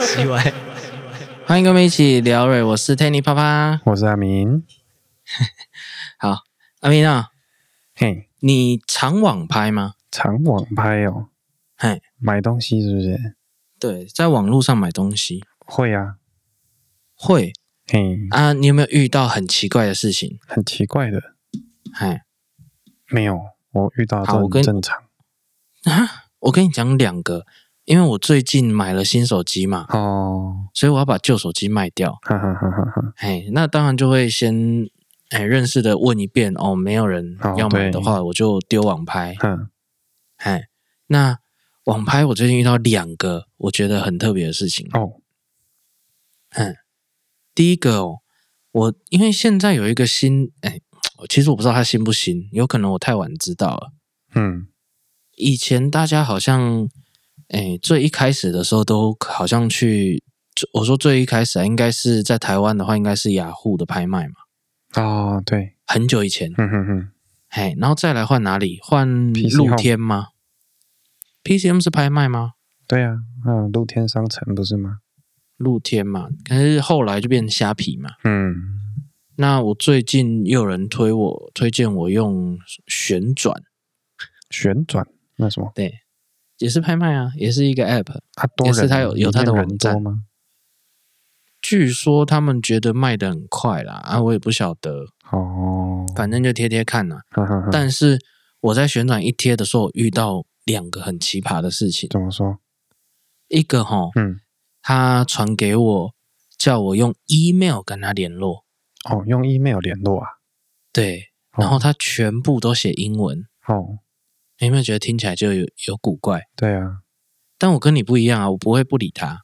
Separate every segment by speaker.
Speaker 1: 奇怪。欢迎跟我们一起聊蕊，我是 Tanny 啪啪。
Speaker 2: 我是阿明。
Speaker 1: 好，阿明啊，
Speaker 2: 嘿，
Speaker 1: 你常网拍吗？
Speaker 2: 常网拍哦，
Speaker 1: 嘿，
Speaker 2: 买东西是不是？
Speaker 1: 对，在网络上买东西
Speaker 2: 会啊，
Speaker 1: 会
Speaker 2: 嘿，
Speaker 1: 啊？你有没有遇到很奇怪的事情？
Speaker 2: 很奇怪的，
Speaker 1: 嗨
Speaker 2: 没有，我遇到
Speaker 1: 好我
Speaker 2: 都
Speaker 1: 跟
Speaker 2: 很正常。
Speaker 1: 啊，我跟你讲两个，因为我最近买了新手机嘛，
Speaker 2: 哦，
Speaker 1: 所以我要把旧手机卖掉。
Speaker 2: 哈哈哈哈哈，
Speaker 1: 哎，那当然就会先哎认识的问一遍哦，没有人
Speaker 2: 哦
Speaker 1: 要买的
Speaker 2: 对
Speaker 1: 话，我就丢网拍。
Speaker 2: 哼，
Speaker 1: 哎，那网拍我最近遇到两个我觉得很特别的事情。
Speaker 2: 哦，
Speaker 1: 第一个哦，我因为现在有一个新哎，其实我不知道它新不新，有可能我太晚知道了。
Speaker 2: 嗯，
Speaker 1: 以前大家好像哎最一开始的时候都好像去。我说最一开始啊，应该是在台湾的话，应该是雅虎的拍卖嘛，
Speaker 2: 哦，对，
Speaker 1: 很久以前。
Speaker 2: 嗯哼哼，
Speaker 1: 嘿，然后再来换哪里？换
Speaker 2: PC
Speaker 1: 露
Speaker 2: Home
Speaker 1: 天吗？PCM 是拍卖吗？
Speaker 2: 对啊，嗯，露天商城不是吗？
Speaker 1: 露天嘛，可是后来就变虾皮嘛。
Speaker 2: 嗯，
Speaker 1: 那我最近又有人推我推荐我用旋转，
Speaker 2: 旋转那什么
Speaker 1: 对，也是拍卖啊，也是一个 app。
Speaker 2: 啊，多
Speaker 1: 也
Speaker 2: 人
Speaker 1: 是它有有它的
Speaker 2: 里面人
Speaker 1: 网站
Speaker 2: 多吗？
Speaker 1: 据说他们觉得卖的很快啦，啊，我也不晓得，
Speaker 2: 哦，
Speaker 1: 反正就贴贴看啦。
Speaker 2: 哈哈哈，
Speaker 1: 但是我在旋转一贴的时候，我遇到两个很奇葩的事情，
Speaker 2: 怎么说？
Speaker 1: 一个哈，
Speaker 2: 嗯，
Speaker 1: 他传给我，叫我用 email 跟他联络。
Speaker 2: 哦，用 email 联络啊，
Speaker 1: 对，
Speaker 2: 哦
Speaker 1: 然后他全部都写英文，
Speaker 2: 哦，
Speaker 1: 你有没有觉得听起来就有有古怪？
Speaker 2: 对啊，
Speaker 1: 但我跟你不一样啊，我不会不理他，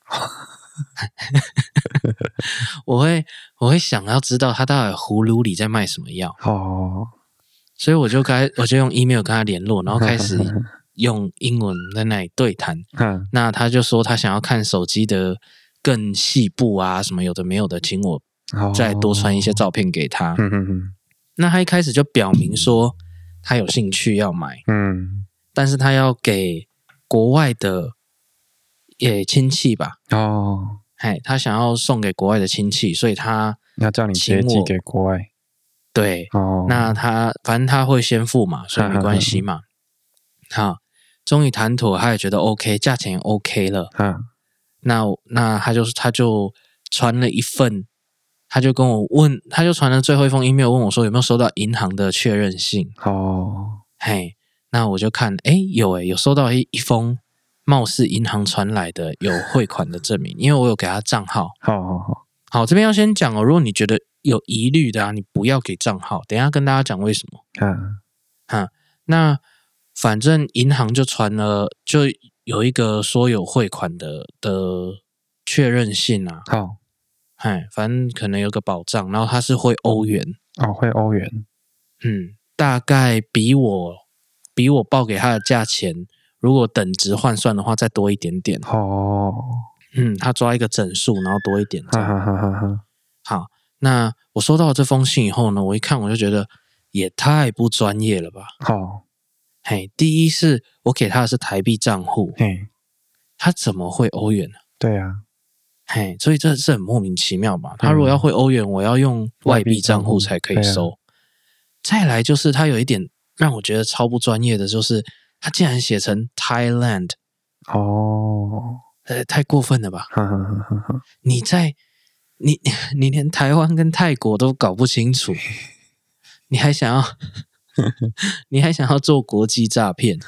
Speaker 1: 我会我会想要知道他到底葫芦里在卖什么药，
Speaker 2: 哦，
Speaker 1: 所以我就开我就用 email 跟他联络，然后开始用英文在那里对谈。
Speaker 2: 嗯，
Speaker 1: 那他就说他想要看手机的更细部啊，什么有的没有的，请我
Speaker 2: 哦
Speaker 1: 再多传一些照片给他。
Speaker 2: 嗯嗯嗯
Speaker 1: 那他一开始就表明说他有兴趣要买，
Speaker 2: 嗯，
Speaker 1: 但是他要给国外的也亲戚吧，
Speaker 2: 哦，
Speaker 1: 哎，他想要送给国外的亲戚，所以他
Speaker 2: 要叫你直接
Speaker 1: 请
Speaker 2: 寄
Speaker 1: 我
Speaker 2: 给国外
Speaker 1: 对，
Speaker 2: 哦。
Speaker 1: 那他反正他会先付嘛，所以没关系嘛。好，终于谈妥，他也觉得 OK，价钱也 OK 了，
Speaker 2: 啊，
Speaker 1: 那那他就是他就传了一份。他就跟我问，他就传了最后一封 email 问我说有没有收到银行的确认信，
Speaker 2: 哦，
Speaker 1: 嘿，那我就看，哎，有哎，有收到一一封貌似银行传来的有汇款的证明，因为我有给他账号。
Speaker 2: 好好好，
Speaker 1: 好，这边要先讲哦，如果你觉得有疑虑的啊，你不要给账号，等一下跟大家讲为什么。
Speaker 2: 啊，
Speaker 1: 那反正银行就传了，就有一个说有汇款的的确认信啊，
Speaker 2: 好
Speaker 1: 哎，反正可能有个保障，然后它是汇欧元，
Speaker 2: 哦，会欧元
Speaker 1: 嗯，大概比我比我报给他的价钱，如果等值换算的话，再多一点点。
Speaker 2: 哦，
Speaker 1: 嗯，他抓一个整数，然后多一点这
Speaker 2: 哈
Speaker 1: 样。
Speaker 2: 哈哈哈哈，
Speaker 1: 好，那我收到这封信以后呢，我一看我就觉得也太不专业了吧。
Speaker 2: 好，
Speaker 1: 嘿，第一是我给他的是台币账户，
Speaker 2: 嘿，
Speaker 1: 他怎么会欧元呢、
Speaker 2: 对啊，
Speaker 1: 嘿，所以这是很莫名其妙嘛。他如果要会欧元，我要用嗯外币账户啊才可以收。再来就是他有一点让我觉得超不专业的，就是他竟然写成 Thailand，
Speaker 2: 哦，
Speaker 1: 呃，太过分了吧？
Speaker 2: 哈哈哈哈哈，
Speaker 1: 你在你 你连台湾跟泰国都搞不清楚，你还想要 你还想要做国际诈骗？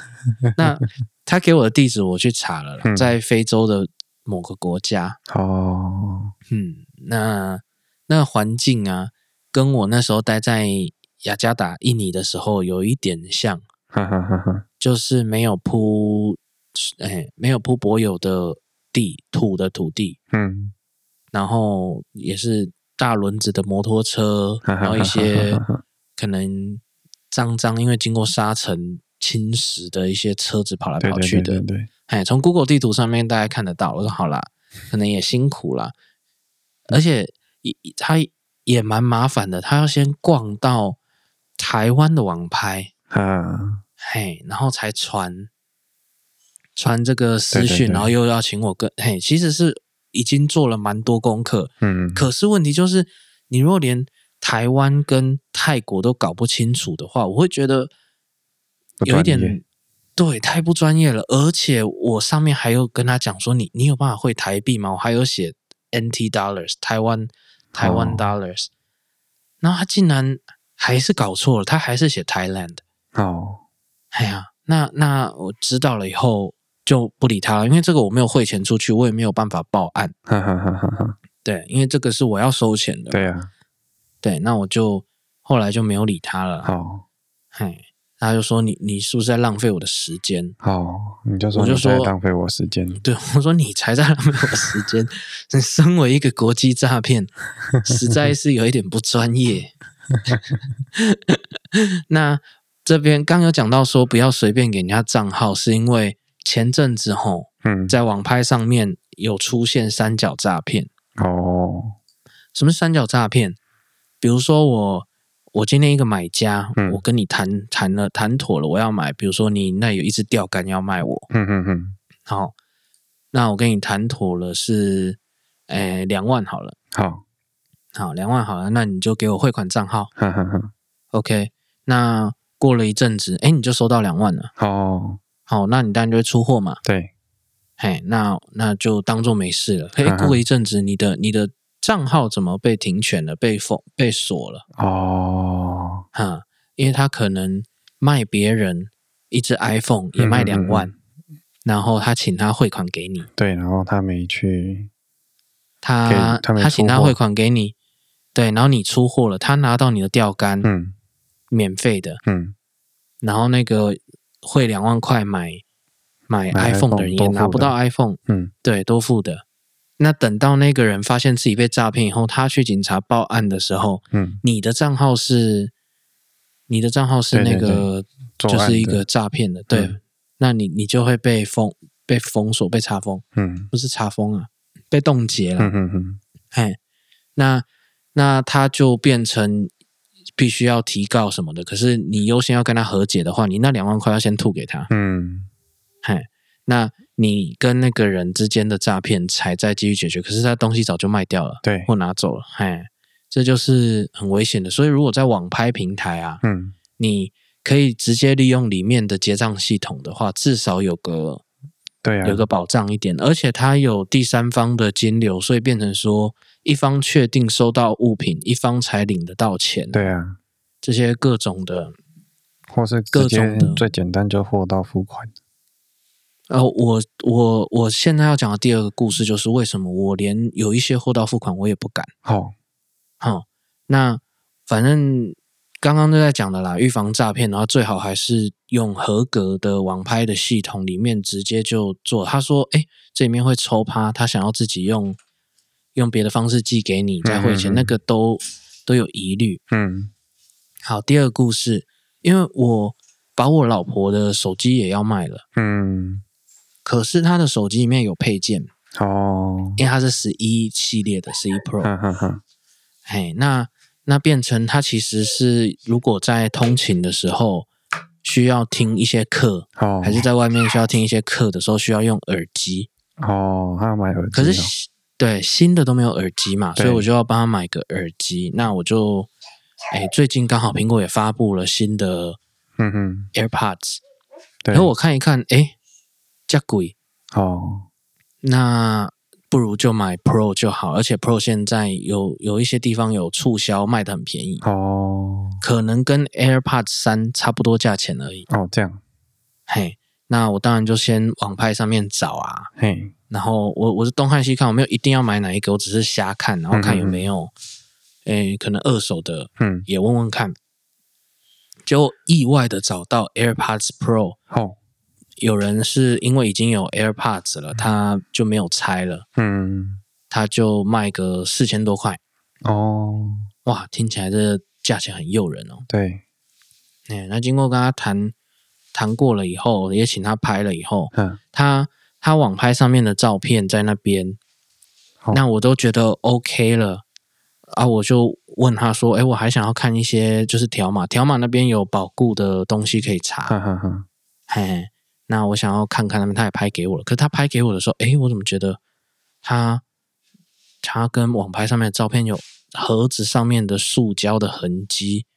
Speaker 1: 那他给我的地址我去查了啦，
Speaker 2: 嗯
Speaker 1: 在非洲的某个国家，
Speaker 2: 哦，
Speaker 1: 嗯，那那环境啊，跟我那时候待在雅加达印尼的时候有一点像，
Speaker 2: 哈哈哈哈，
Speaker 1: 就是没有铺，哎，没有铺柏油的地土的土地，
Speaker 2: 嗯，
Speaker 1: 然后也是大轮子的摩托车，
Speaker 2: 哈哈
Speaker 1: 然
Speaker 2: 哈
Speaker 1: 后
Speaker 2: 哈
Speaker 1: 一些
Speaker 2: 哈哈
Speaker 1: 可能脏脏，因为经过沙尘侵蚀的一些车子跑来
Speaker 2: 对
Speaker 1: 跑
Speaker 2: 对
Speaker 1: 去
Speaker 2: 对
Speaker 1: 的
Speaker 2: 对，对，
Speaker 1: 哎，从 Google 地图上面大家看得到。我说好啦，可能也辛苦啦，而且也他也蛮麻烦的，他要先逛到台湾的网拍，
Speaker 2: 啊，
Speaker 1: 嘿，然后才传传这个私
Speaker 2: 对对
Speaker 1: 讯，
Speaker 2: 对
Speaker 1: 然后又要请我跟嘿，其实是已经做了蛮多功课。
Speaker 2: 嗯，
Speaker 1: 可是问题就是，你如果连台湾跟泰国都搞不清楚的话，我会觉得
Speaker 2: 不
Speaker 1: 有一
Speaker 2: 专业
Speaker 1: 点对太不专业了。而且我上面还有跟他讲说，你你有办法会台币吗？我还有写 NT dollars 台湾台湾
Speaker 2: 哦
Speaker 1: dollars，、然后他竟然还是搞错了，他还是写 Thailand。
Speaker 2: 哦，
Speaker 1: 哎呀，那那我知道了以后就不理他了，因为这个我没有汇钱出去，我也没有办法报案。
Speaker 2: 哈哈哈哈哈，
Speaker 1: 对，因为这个是我要收钱的。
Speaker 2: 对啊，
Speaker 1: 对那我就后来就没有理他了。
Speaker 2: 好
Speaker 1: 嘿，他就说你你是不是在浪费我的时间？
Speaker 2: 好，你就说
Speaker 1: 我就
Speaker 2: 你在
Speaker 1: 说
Speaker 2: 浪费我时间，
Speaker 1: 对我说你才在浪费我的时间。你身为一个国际诈骗，实在是有一点不专业。 那这边刚有讲到说不要随便给人家账号，是因为前阵子吼
Speaker 2: 嗯，
Speaker 1: 在网拍上面有出现三角诈骗。
Speaker 2: 哦，
Speaker 1: 什么是三角诈骗？比如说我我今天一个买家，
Speaker 2: 嗯
Speaker 1: 我跟你谈谈了谈妥了，我要买，比如说你那有一只钓竿要卖我，
Speaker 2: 嗯嗯嗯，
Speaker 1: 好，那我跟你谈妥了是，诶两万好了，
Speaker 2: 好，
Speaker 1: 好两万好了，那你就给我汇款账号
Speaker 2: 哈哈哈，
Speaker 1: ，OK？那过了一阵子，诶，你就收到两万了，
Speaker 2: 哦，
Speaker 1: 好，那你当然就会出货嘛，
Speaker 2: 对，
Speaker 1: 嘿，那那就当做没事了。嘿
Speaker 2: 嗯，哼
Speaker 1: 过一阵子，你的你的账号怎么被停权了？被封被锁了？
Speaker 2: 哦，
Speaker 1: 哈，因为他可能卖别人一只 iPhone 也卖
Speaker 2: 嗯嗯
Speaker 1: 两
Speaker 2: 嗯
Speaker 1: 万，然后他请他汇款给你，
Speaker 2: 对，然后他没去，
Speaker 1: 他
Speaker 2: 给他没
Speaker 1: 请
Speaker 2: 出
Speaker 1: 他
Speaker 2: 货
Speaker 1: 汇款给你，对，然后你出货了，他拿到你的钓竿、
Speaker 2: 嗯
Speaker 1: 免费的，
Speaker 2: 嗯，
Speaker 1: 然后那个汇两万块买买
Speaker 2: 买
Speaker 1: iPhone 的
Speaker 2: iPhone，
Speaker 1: 人
Speaker 2: 多
Speaker 1: 也
Speaker 2: 付
Speaker 1: 拿不
Speaker 2: 的
Speaker 1: 到 iPhone，
Speaker 2: 嗯，
Speaker 1: 对，多付的。那等到那个人发现自己被诈骗以后，他去警察报案的时候，
Speaker 2: 嗯，
Speaker 1: 你的账号是你的账号是
Speaker 2: 对
Speaker 1: 那
Speaker 2: 对
Speaker 1: 个
Speaker 2: 作
Speaker 1: 就
Speaker 2: 案
Speaker 1: 是一
Speaker 2: 的
Speaker 1: 个，诈骗的，对，
Speaker 2: 嗯
Speaker 1: 那你你就会被封被封锁被查封，
Speaker 2: 嗯
Speaker 1: 不是查封啊，被冻结了，
Speaker 2: 嗯嗯嗯，
Speaker 1: 哎、那那他就变成必须要提告什么的，可是你优先要跟他和解的话，你那两万块要先吐给他，
Speaker 2: 嗯，
Speaker 1: 嘿，那你跟那个人之间的诈骗才在继续解决，可是他东西早就卖掉了，
Speaker 2: 对，
Speaker 1: 或拿走了，嘿，这就是很危险的。所以如果在网拍平台啊，
Speaker 2: 嗯，
Speaker 1: 你可以直接利用里面的结账系统的话，至少有个
Speaker 2: 对啊，
Speaker 1: 有个保障一点，而且它有第三方的金流，所以变成说一方确定收到物品，一方才领得到钱，
Speaker 2: 对啊，
Speaker 1: 这些各种的。
Speaker 2: 或是
Speaker 1: 各
Speaker 2: 直接
Speaker 1: 种的
Speaker 2: 最简单就货到付款，
Speaker 1: 呃，我我我现在要讲的第二个故事就是为什么我连有一些货到付款我也不敢。
Speaker 2: 好，
Speaker 1: 好、那反正刚刚都在讲的啦，预防诈骗，然后最好还是用合格的网拍的系统里面直接就做。他说，哎，这里面会抽趴，他想要自己用用别的方式寄给你再汇钱，
Speaker 2: 嗯嗯嗯
Speaker 1: 那个都都有疑虑。
Speaker 2: 嗯，
Speaker 1: 好，第二个故事，因为我把我老婆的手机也要卖了，
Speaker 2: 嗯，
Speaker 1: 可是她的手机里面有配件，
Speaker 2: 哦，
Speaker 1: 因为它是十一系列的十一 Pro，
Speaker 2: 哈哈哈，
Speaker 1: 嘿，那那变成他其实是如果在通勤的时候需要听一些课，
Speaker 2: 哦，
Speaker 1: 还是在外面需要听一些课的时候需要用耳机，
Speaker 2: 哦，他要买耳机
Speaker 1: 可
Speaker 2: 哦，
Speaker 1: 是新对新的都没有耳机嘛，
Speaker 2: 对
Speaker 1: 所以我就要帮他买个耳机。那我就哎，最近刚好苹果也发布了新的
Speaker 2: 嗯哼，
Speaker 1: AirPods，
Speaker 2: 对，
Speaker 1: 然后我看一看，哎，价贵，
Speaker 2: 哦，
Speaker 1: 那。不如就买 Pro 就好，而且 Pro 现在有有一些地方有促销，卖的很便宜。
Speaker 2: 哦，
Speaker 1: 可能跟 AirPods 三差不多价钱而已。
Speaker 2: 哦，这样，
Speaker 1: 嘿，那我当然就先网拍上面找啊，
Speaker 2: 嘿，
Speaker 1: 然后我我是东看西看，我没有一定要买哪一个，我只是瞎看，然后看有没有，诶、可能二手的
Speaker 2: 嗯，
Speaker 1: 也问问看。结果意外的找到 AirPods Pro，
Speaker 2: 好，
Speaker 1: 有人是因为已经有 AirPods 了，他就没有拆了，
Speaker 2: 嗯，
Speaker 1: 他就卖个四千多块，
Speaker 2: 哦，
Speaker 1: 哇，听起来这价钱很诱人哦。
Speaker 2: 对，
Speaker 1: 哎、那经过跟他谈谈过了以后，也请他拍了以后，
Speaker 2: 嗯，
Speaker 1: 他他网拍上面的照片在那边，
Speaker 2: 好
Speaker 1: 那我都觉得 OK 了啊，我就问他说，哎、我还想要看一
Speaker 2: 嗯
Speaker 1: 些就是条码，条码那边有保固的东西可以查，
Speaker 2: 哈哈哈，
Speaker 1: 嘿，那我想要看看他们，他也拍给我了。可是他拍给我的时候，诶，我怎么觉得他他跟网拍上面的照片有盒子上面的塑胶的痕迹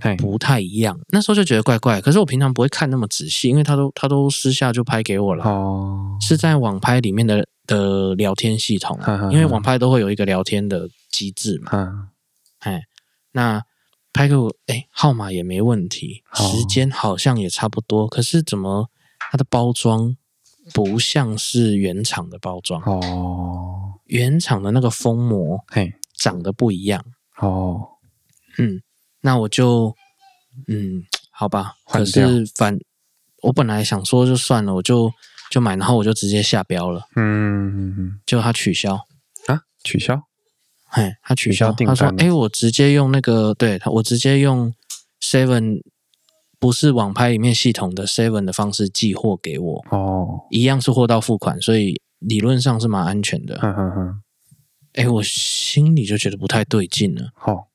Speaker 2: 嘿，
Speaker 1: 不太一样？那时候就觉得怪怪。可是我平常不会看那么仔细，因为他都他都私下就拍给我了。
Speaker 2: 哦，
Speaker 1: 是在网拍里面的的聊天系统啊、
Speaker 2: 哈哈哈
Speaker 1: 因为网拍都会有一个聊天的机制嘛。
Speaker 2: 嗯，
Speaker 1: 哎，那拍给我，哎，号码也没问题，
Speaker 2: 哦
Speaker 1: 时间好像也差不多，可是怎么它的包装不像是原厂的包装？
Speaker 2: 哦，
Speaker 1: 原厂的那个封膜
Speaker 2: 嘿，
Speaker 1: 长得不一样。
Speaker 2: 哦，
Speaker 1: 嗯，那我就嗯，好吧。
Speaker 2: 换
Speaker 1: 可
Speaker 2: 掉
Speaker 1: 是反，我本来想说就算了，我就就买，然后我就直接下标了，
Speaker 2: 嗯，
Speaker 1: 结果他取消。
Speaker 2: 啊，取消，
Speaker 1: 哎，他取
Speaker 2: 取消
Speaker 1: 消，
Speaker 2: 订
Speaker 1: 他说
Speaker 2: 单：“了
Speaker 1: 哎，我直接用那个，对他，我直接用 Seven，不是网拍里面系统的 Seven 的方式寄货给我，
Speaker 2: 哦，
Speaker 1: 一样是货到付款，所以理论上是蛮安全的。
Speaker 2: 嗯嗯嗯，
Speaker 1: 哎，我心里就觉得不太对劲了，
Speaker 2: 好，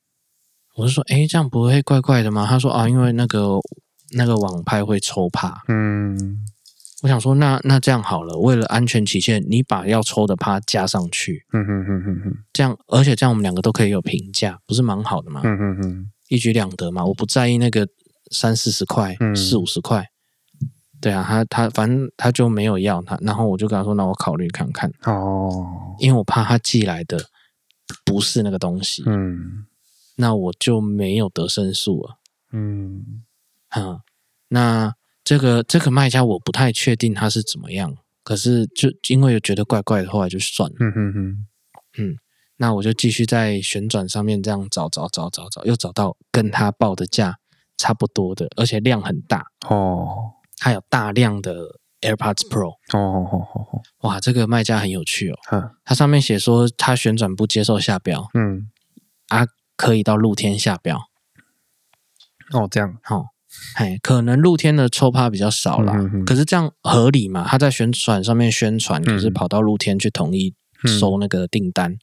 Speaker 1: 我就说：哎，这样不会怪怪的吗？他说：啊，因为那个那个网拍会抽趴。
Speaker 2: 嗯，
Speaker 1: 我想说，那那这样好了，为了安全起见，你把要抽的趴加上去，
Speaker 2: 嗯嗯嗯嗯嗯
Speaker 1: 这样，而且这样我们两个都可以有评价，不是蛮好的吗？
Speaker 2: 嗯嗯嗯，
Speaker 1: 一举两得嘛，我不在意那个三四十块、
Speaker 2: 嗯
Speaker 1: 四五十块。对啊，他他反正他就没有要他，然后我就跟他说，那我考虑看看，
Speaker 2: 哦，
Speaker 1: 因为我怕他寄来的不是那个东西，
Speaker 2: 嗯
Speaker 1: 那我就没有得申诉了。
Speaker 2: 嗯，
Speaker 1: 嗯，那这个这个卖家我不太确定他是怎么样，可是就因为觉得怪怪的，后来就算了。
Speaker 2: 嗯嗯嗯，
Speaker 1: 那我就继续在旋转上面这样找找找找找，又找到跟他报的价差不多的，而且量很大，
Speaker 2: 哦，
Speaker 1: 它有大量的 AirPods Pro。
Speaker 2: 哦哦哦哦，
Speaker 1: 哇，这个卖家很有趣哦，
Speaker 2: 嗯
Speaker 1: 它上面写说它旋转不接受下标，啊
Speaker 2: 嗯，
Speaker 1: 可以到露天下标。
Speaker 2: 哦，这样，
Speaker 1: 哦，哎，可能露天的抽趴比较少啦，
Speaker 2: 嗯嗯嗯
Speaker 1: 可是这样合理嘛？他在旋转上面宣传，可是跑到露天去统一收那个订单。
Speaker 2: 嗯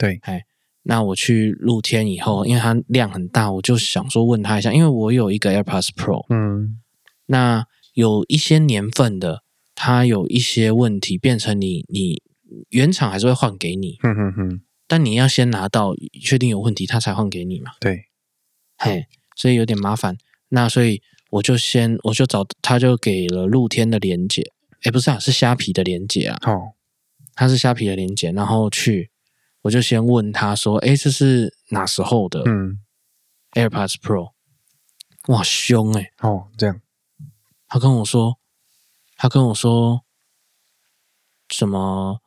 Speaker 2: 对
Speaker 1: 哎，那我去露天以后，因为它量很大，我就想说问他一下，因为我有一个 AirPods Pro，
Speaker 2: 嗯
Speaker 1: 那有一些年份的，它有一些问题，变成你你原厂还是会换给你，
Speaker 2: 嗯嗯嗯，
Speaker 1: 但你要先拿到确定有问题，它才换给你嘛。
Speaker 2: 对，
Speaker 1: 嘿，所以有点麻烦。那所以我就先我就找他就给了露天的连接，诶，不是啊，是虾皮的连接啊，
Speaker 2: 好，
Speaker 1: 他是虾皮的连接，然后去我就先问他说，诶，这是哪时候的
Speaker 2: 嗯，
Speaker 1: AirPods Pro？哇，凶诶，
Speaker 2: 哦，这样，
Speaker 1: 他跟我说，他跟我说什么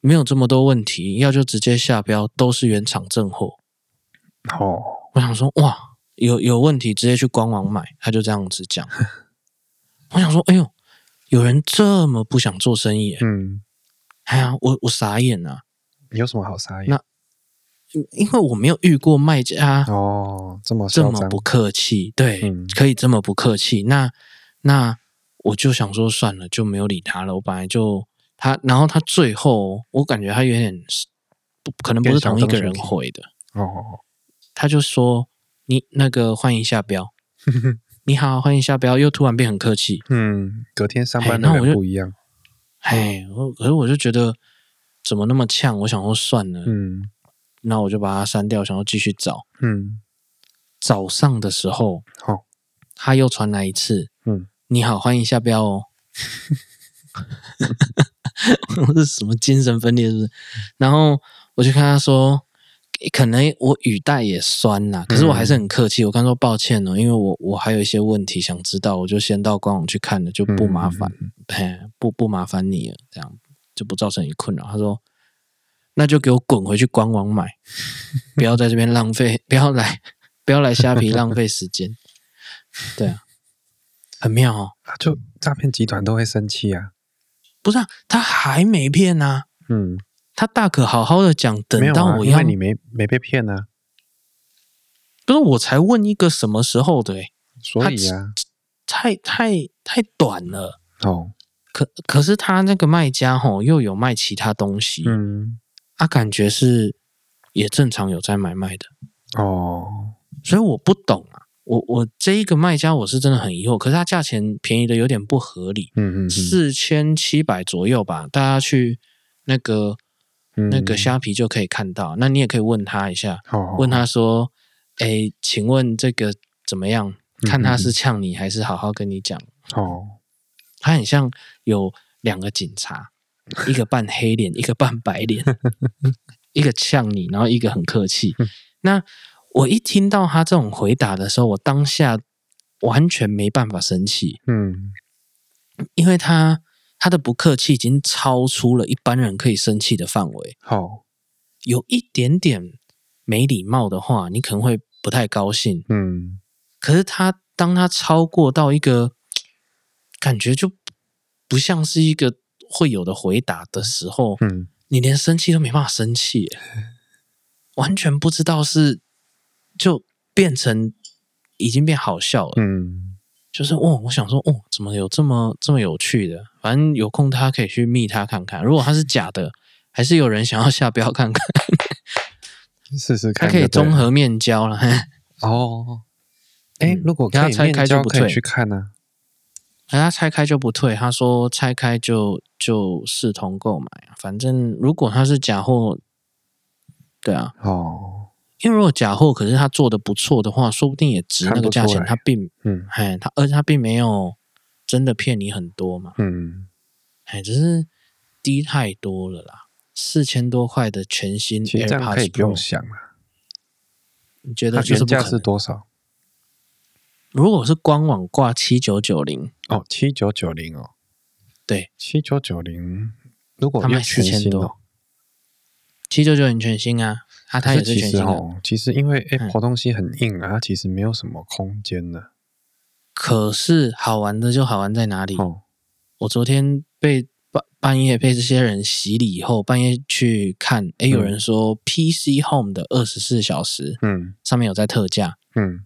Speaker 1: 没有这么多问题，要就直接下标，都是原厂正货。
Speaker 2: 哦，
Speaker 1: 我想说，哇，有有问题直接去官网买，他就这样子讲。 我想说，哎呦，有人这么不想做生意、欸，
Speaker 2: 嗯，
Speaker 1: 哎呀，我我傻眼啊，
Speaker 2: 有什么好撒野？
Speaker 1: 因为我没有遇过卖家
Speaker 2: 哦，这么
Speaker 1: 这
Speaker 2: 嚣
Speaker 1: 么
Speaker 2: 张，
Speaker 1: 不客气，对，
Speaker 2: 嗯
Speaker 1: 可以这么不客气。那那我就想说，算了，就没有理他了。我本来就他，然后他最后，我感觉他有点不可能不是同一个人回的，
Speaker 2: 哦，
Speaker 1: 他就说你那个换一下 标，你好，欢迎下标，又突然变很客气。
Speaker 2: 嗯，隔天上班
Speaker 1: 嘿
Speaker 2: 的
Speaker 1: 那我
Speaker 2: 人
Speaker 1: 就
Speaker 2: 不一样，
Speaker 1: 哎，我可是我就觉得怎么那么呛，我想说算了，
Speaker 2: 嗯
Speaker 1: 那、我就把它删掉，想要继续找。
Speaker 2: 嗯，
Speaker 1: 早上的时候，
Speaker 2: 好，
Speaker 1: 他又传来一次，
Speaker 2: 嗯，
Speaker 1: 你好，欢迎下标哦。我是什么精神分裂是不是？然后我就跟他说，可能我语带也酸啦，可是我还是很客气。我跟他说抱歉哦，因为我我还有一些问题想知道，我就先到官网去看了，就不麻烦。
Speaker 2: 嗯，
Speaker 1: 嘿，不不麻烦你了，这样就不造成你困扰。他说，那就给我滚回去官网买，不要在这边浪费，不要来，不要来虾皮浪费时间。对啊，很妙哦，
Speaker 2: 啊就诈骗集团都会生气啊，
Speaker 1: 不是啊，他还没骗呢、啊，
Speaker 2: 嗯，
Speaker 1: 他大可好好的讲，
Speaker 2: 没
Speaker 1: 等
Speaker 2: 有
Speaker 1: 到
Speaker 2: 啊，
Speaker 1: 我
Speaker 2: 因
Speaker 1: 要，
Speaker 2: 为你没没被骗啊，
Speaker 1: 不是我才问一个什么时候的、欸，
Speaker 2: 所以啊，
Speaker 1: 太太太短了。
Speaker 2: 哦，
Speaker 1: 可可是他那个卖家吼又有卖其他东西，
Speaker 2: 嗯，
Speaker 1: 他、啊感觉是也正常有在买卖的。
Speaker 2: 哦，
Speaker 1: 所以我不懂啊，我我这一个卖家我是真的很疑惑，可是它价钱便宜的有点不合理，
Speaker 2: 嗯嗯，嗯
Speaker 1: 四千七百左右吧，大家去那个那个，虾皮就可以看到。那你也可以问他一下，
Speaker 2: 嗯好，
Speaker 1: 问他说：“哎，请问这个怎么样？看他是呛你还是好好跟你讲
Speaker 2: 好，？”
Speaker 1: 他很像有两个警察，一个扮黑脸，一个扮白脸，一个呛你，然后一个很客气。那我一听到他这种回答的时候，我当下完全没办法生气。
Speaker 2: 嗯
Speaker 1: 因为他他的不客气已经超出了一般人可以生气的范围，
Speaker 2: 好，
Speaker 1: 有一点点没礼貌的话，你可能会不太高兴。
Speaker 2: 嗯
Speaker 1: 可是他当他超过到一个感觉就不像是一个会有的回答的时候，
Speaker 2: 嗯
Speaker 1: 你连生气都没办法生气 耶，完全不知道是就变成已经变好笑了。
Speaker 2: 嗯
Speaker 1: 就是哦，我想说哦，怎么有这么这么有趣的？反正有空他可以去密他看看，如果他是假的，还是有人想要下标看看，
Speaker 2: 试试
Speaker 1: 他
Speaker 2: 看就
Speaker 1: 可
Speaker 2: 对
Speaker 1: 以
Speaker 2: 了，
Speaker 1: 综合面交了。嘿
Speaker 2: 哦。哎，
Speaker 1: 嗯
Speaker 2: 如果
Speaker 1: 给他
Speaker 2: 可以
Speaker 1: 拆
Speaker 2: 面
Speaker 1: 开就
Speaker 2: 交
Speaker 1: 不
Speaker 2: 可以
Speaker 1: 退
Speaker 2: 去看啊。
Speaker 1: 哎他拆开就不退，他说拆开就就视同购买啊。反正如果他是假货，对啊，
Speaker 2: 哦，
Speaker 1: 因为如果假货，可是他做的不错的话，说不定也值那
Speaker 2: 看
Speaker 1: 个
Speaker 2: 不
Speaker 1: 价
Speaker 2: 出
Speaker 1: 钱。
Speaker 2: 来
Speaker 1: 他并
Speaker 2: 嗯
Speaker 1: 哎，他而且他并没有真的骗你很多嘛。
Speaker 2: 嗯，
Speaker 1: 哎，只是低太多了啦，四千多块的全新
Speaker 2: 其实这样可以
Speaker 1: AirPods
Speaker 2: 不用
Speaker 1: Pro，
Speaker 2: 想了。
Speaker 1: 你觉
Speaker 2: 它
Speaker 1: 得就
Speaker 2: 原
Speaker 1: 是不
Speaker 2: 价
Speaker 1: 可
Speaker 2: 是
Speaker 1: 能？
Speaker 2: 多少？
Speaker 1: 如果是官网挂七九九零，
Speaker 2: 哦，七九九零哦。
Speaker 1: 对，
Speaker 2: 七九九零。如果
Speaker 1: 他卖
Speaker 2: 要全
Speaker 1: 4000
Speaker 2: 新
Speaker 1: 多
Speaker 2: 哦，
Speaker 1: 七九九零全新啊，啊，它
Speaker 2: 可
Speaker 1: 也
Speaker 2: 是
Speaker 1: 是
Speaker 2: 其
Speaker 1: 全
Speaker 2: 实
Speaker 1: 新的，
Speaker 2: 哦，其实因为
Speaker 1: 嗯
Speaker 2: Apple 东西很硬啊，它其实没有什么空间的。
Speaker 1: 可是好玩的就好玩在哪里？
Speaker 2: 哦，
Speaker 1: 我昨天被半半夜被这些人洗礼以后，半夜去看，诶，有人说 PC Home 的二十四小时
Speaker 2: 嗯
Speaker 1: 上面有在特价
Speaker 2: 嗯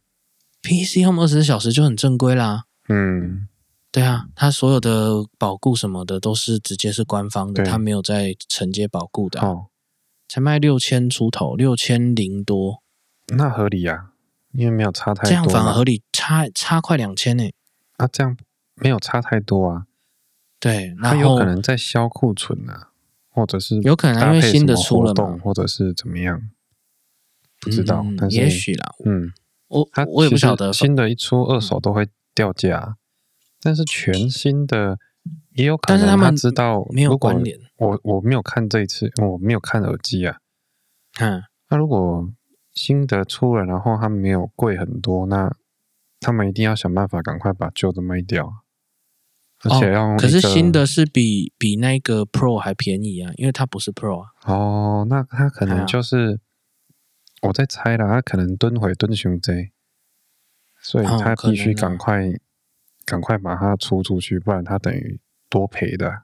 Speaker 1: ，PC Home 二十四小时就很正规啦。
Speaker 2: 嗯，
Speaker 1: 对啊，它所有的保固什么的都是直接是官方的，
Speaker 2: 对
Speaker 1: 它没有在承接保固的啊、
Speaker 2: 哦，
Speaker 1: 才卖六千出头，六千零多，
Speaker 2: 那合理啊，因为没有差太多
Speaker 1: 这
Speaker 2: 嘛。
Speaker 1: 样反而合理，差差快两千呢。
Speaker 2: 啊，这样没有差太多啊。
Speaker 1: 对，
Speaker 2: 它
Speaker 1: 然
Speaker 2: 有
Speaker 1: 后
Speaker 2: 可能在销库存啊，或者是
Speaker 1: 有可能啊因
Speaker 2: 搭
Speaker 1: 为
Speaker 2: 配
Speaker 1: 新
Speaker 2: 什
Speaker 1: 的
Speaker 2: 么
Speaker 1: 出
Speaker 2: 活
Speaker 1: 了嘛
Speaker 2: 动或者是怎么样，不知道
Speaker 1: 嗯。
Speaker 2: 但是
Speaker 1: 也许啦，
Speaker 2: 嗯，
Speaker 1: 我
Speaker 2: 它
Speaker 1: 我也不
Speaker 2: 其实
Speaker 1: 晓得，嗯
Speaker 2: 新的一出二手都会掉价啊，但是全新的也有可
Speaker 1: 但是
Speaker 2: 能
Speaker 1: 他
Speaker 2: 他
Speaker 1: 们
Speaker 2: 知道
Speaker 1: 没有
Speaker 2: 如果
Speaker 1: 关联。
Speaker 2: 我我没有看这一次，我没有看耳机啊。
Speaker 1: 嗯，
Speaker 2: 那如果新的出了，然后它没有贵很多，那他们一定要想办法赶快把旧的卖掉啊，而且要用、
Speaker 1: 哦、可是新的是比比那个 Pro 还便宜啊，因为它不是 Pro 啊。
Speaker 2: 哦，那他可
Speaker 1: 哎呀
Speaker 2: 能就是、我在猜啦，他可能蹲回蹲熊贼，所以
Speaker 1: 哦
Speaker 2: 他
Speaker 1: 可
Speaker 2: 必须
Speaker 1: 能啊
Speaker 2: 赶快、赶快把它出出去，不然他等于多赔的啊。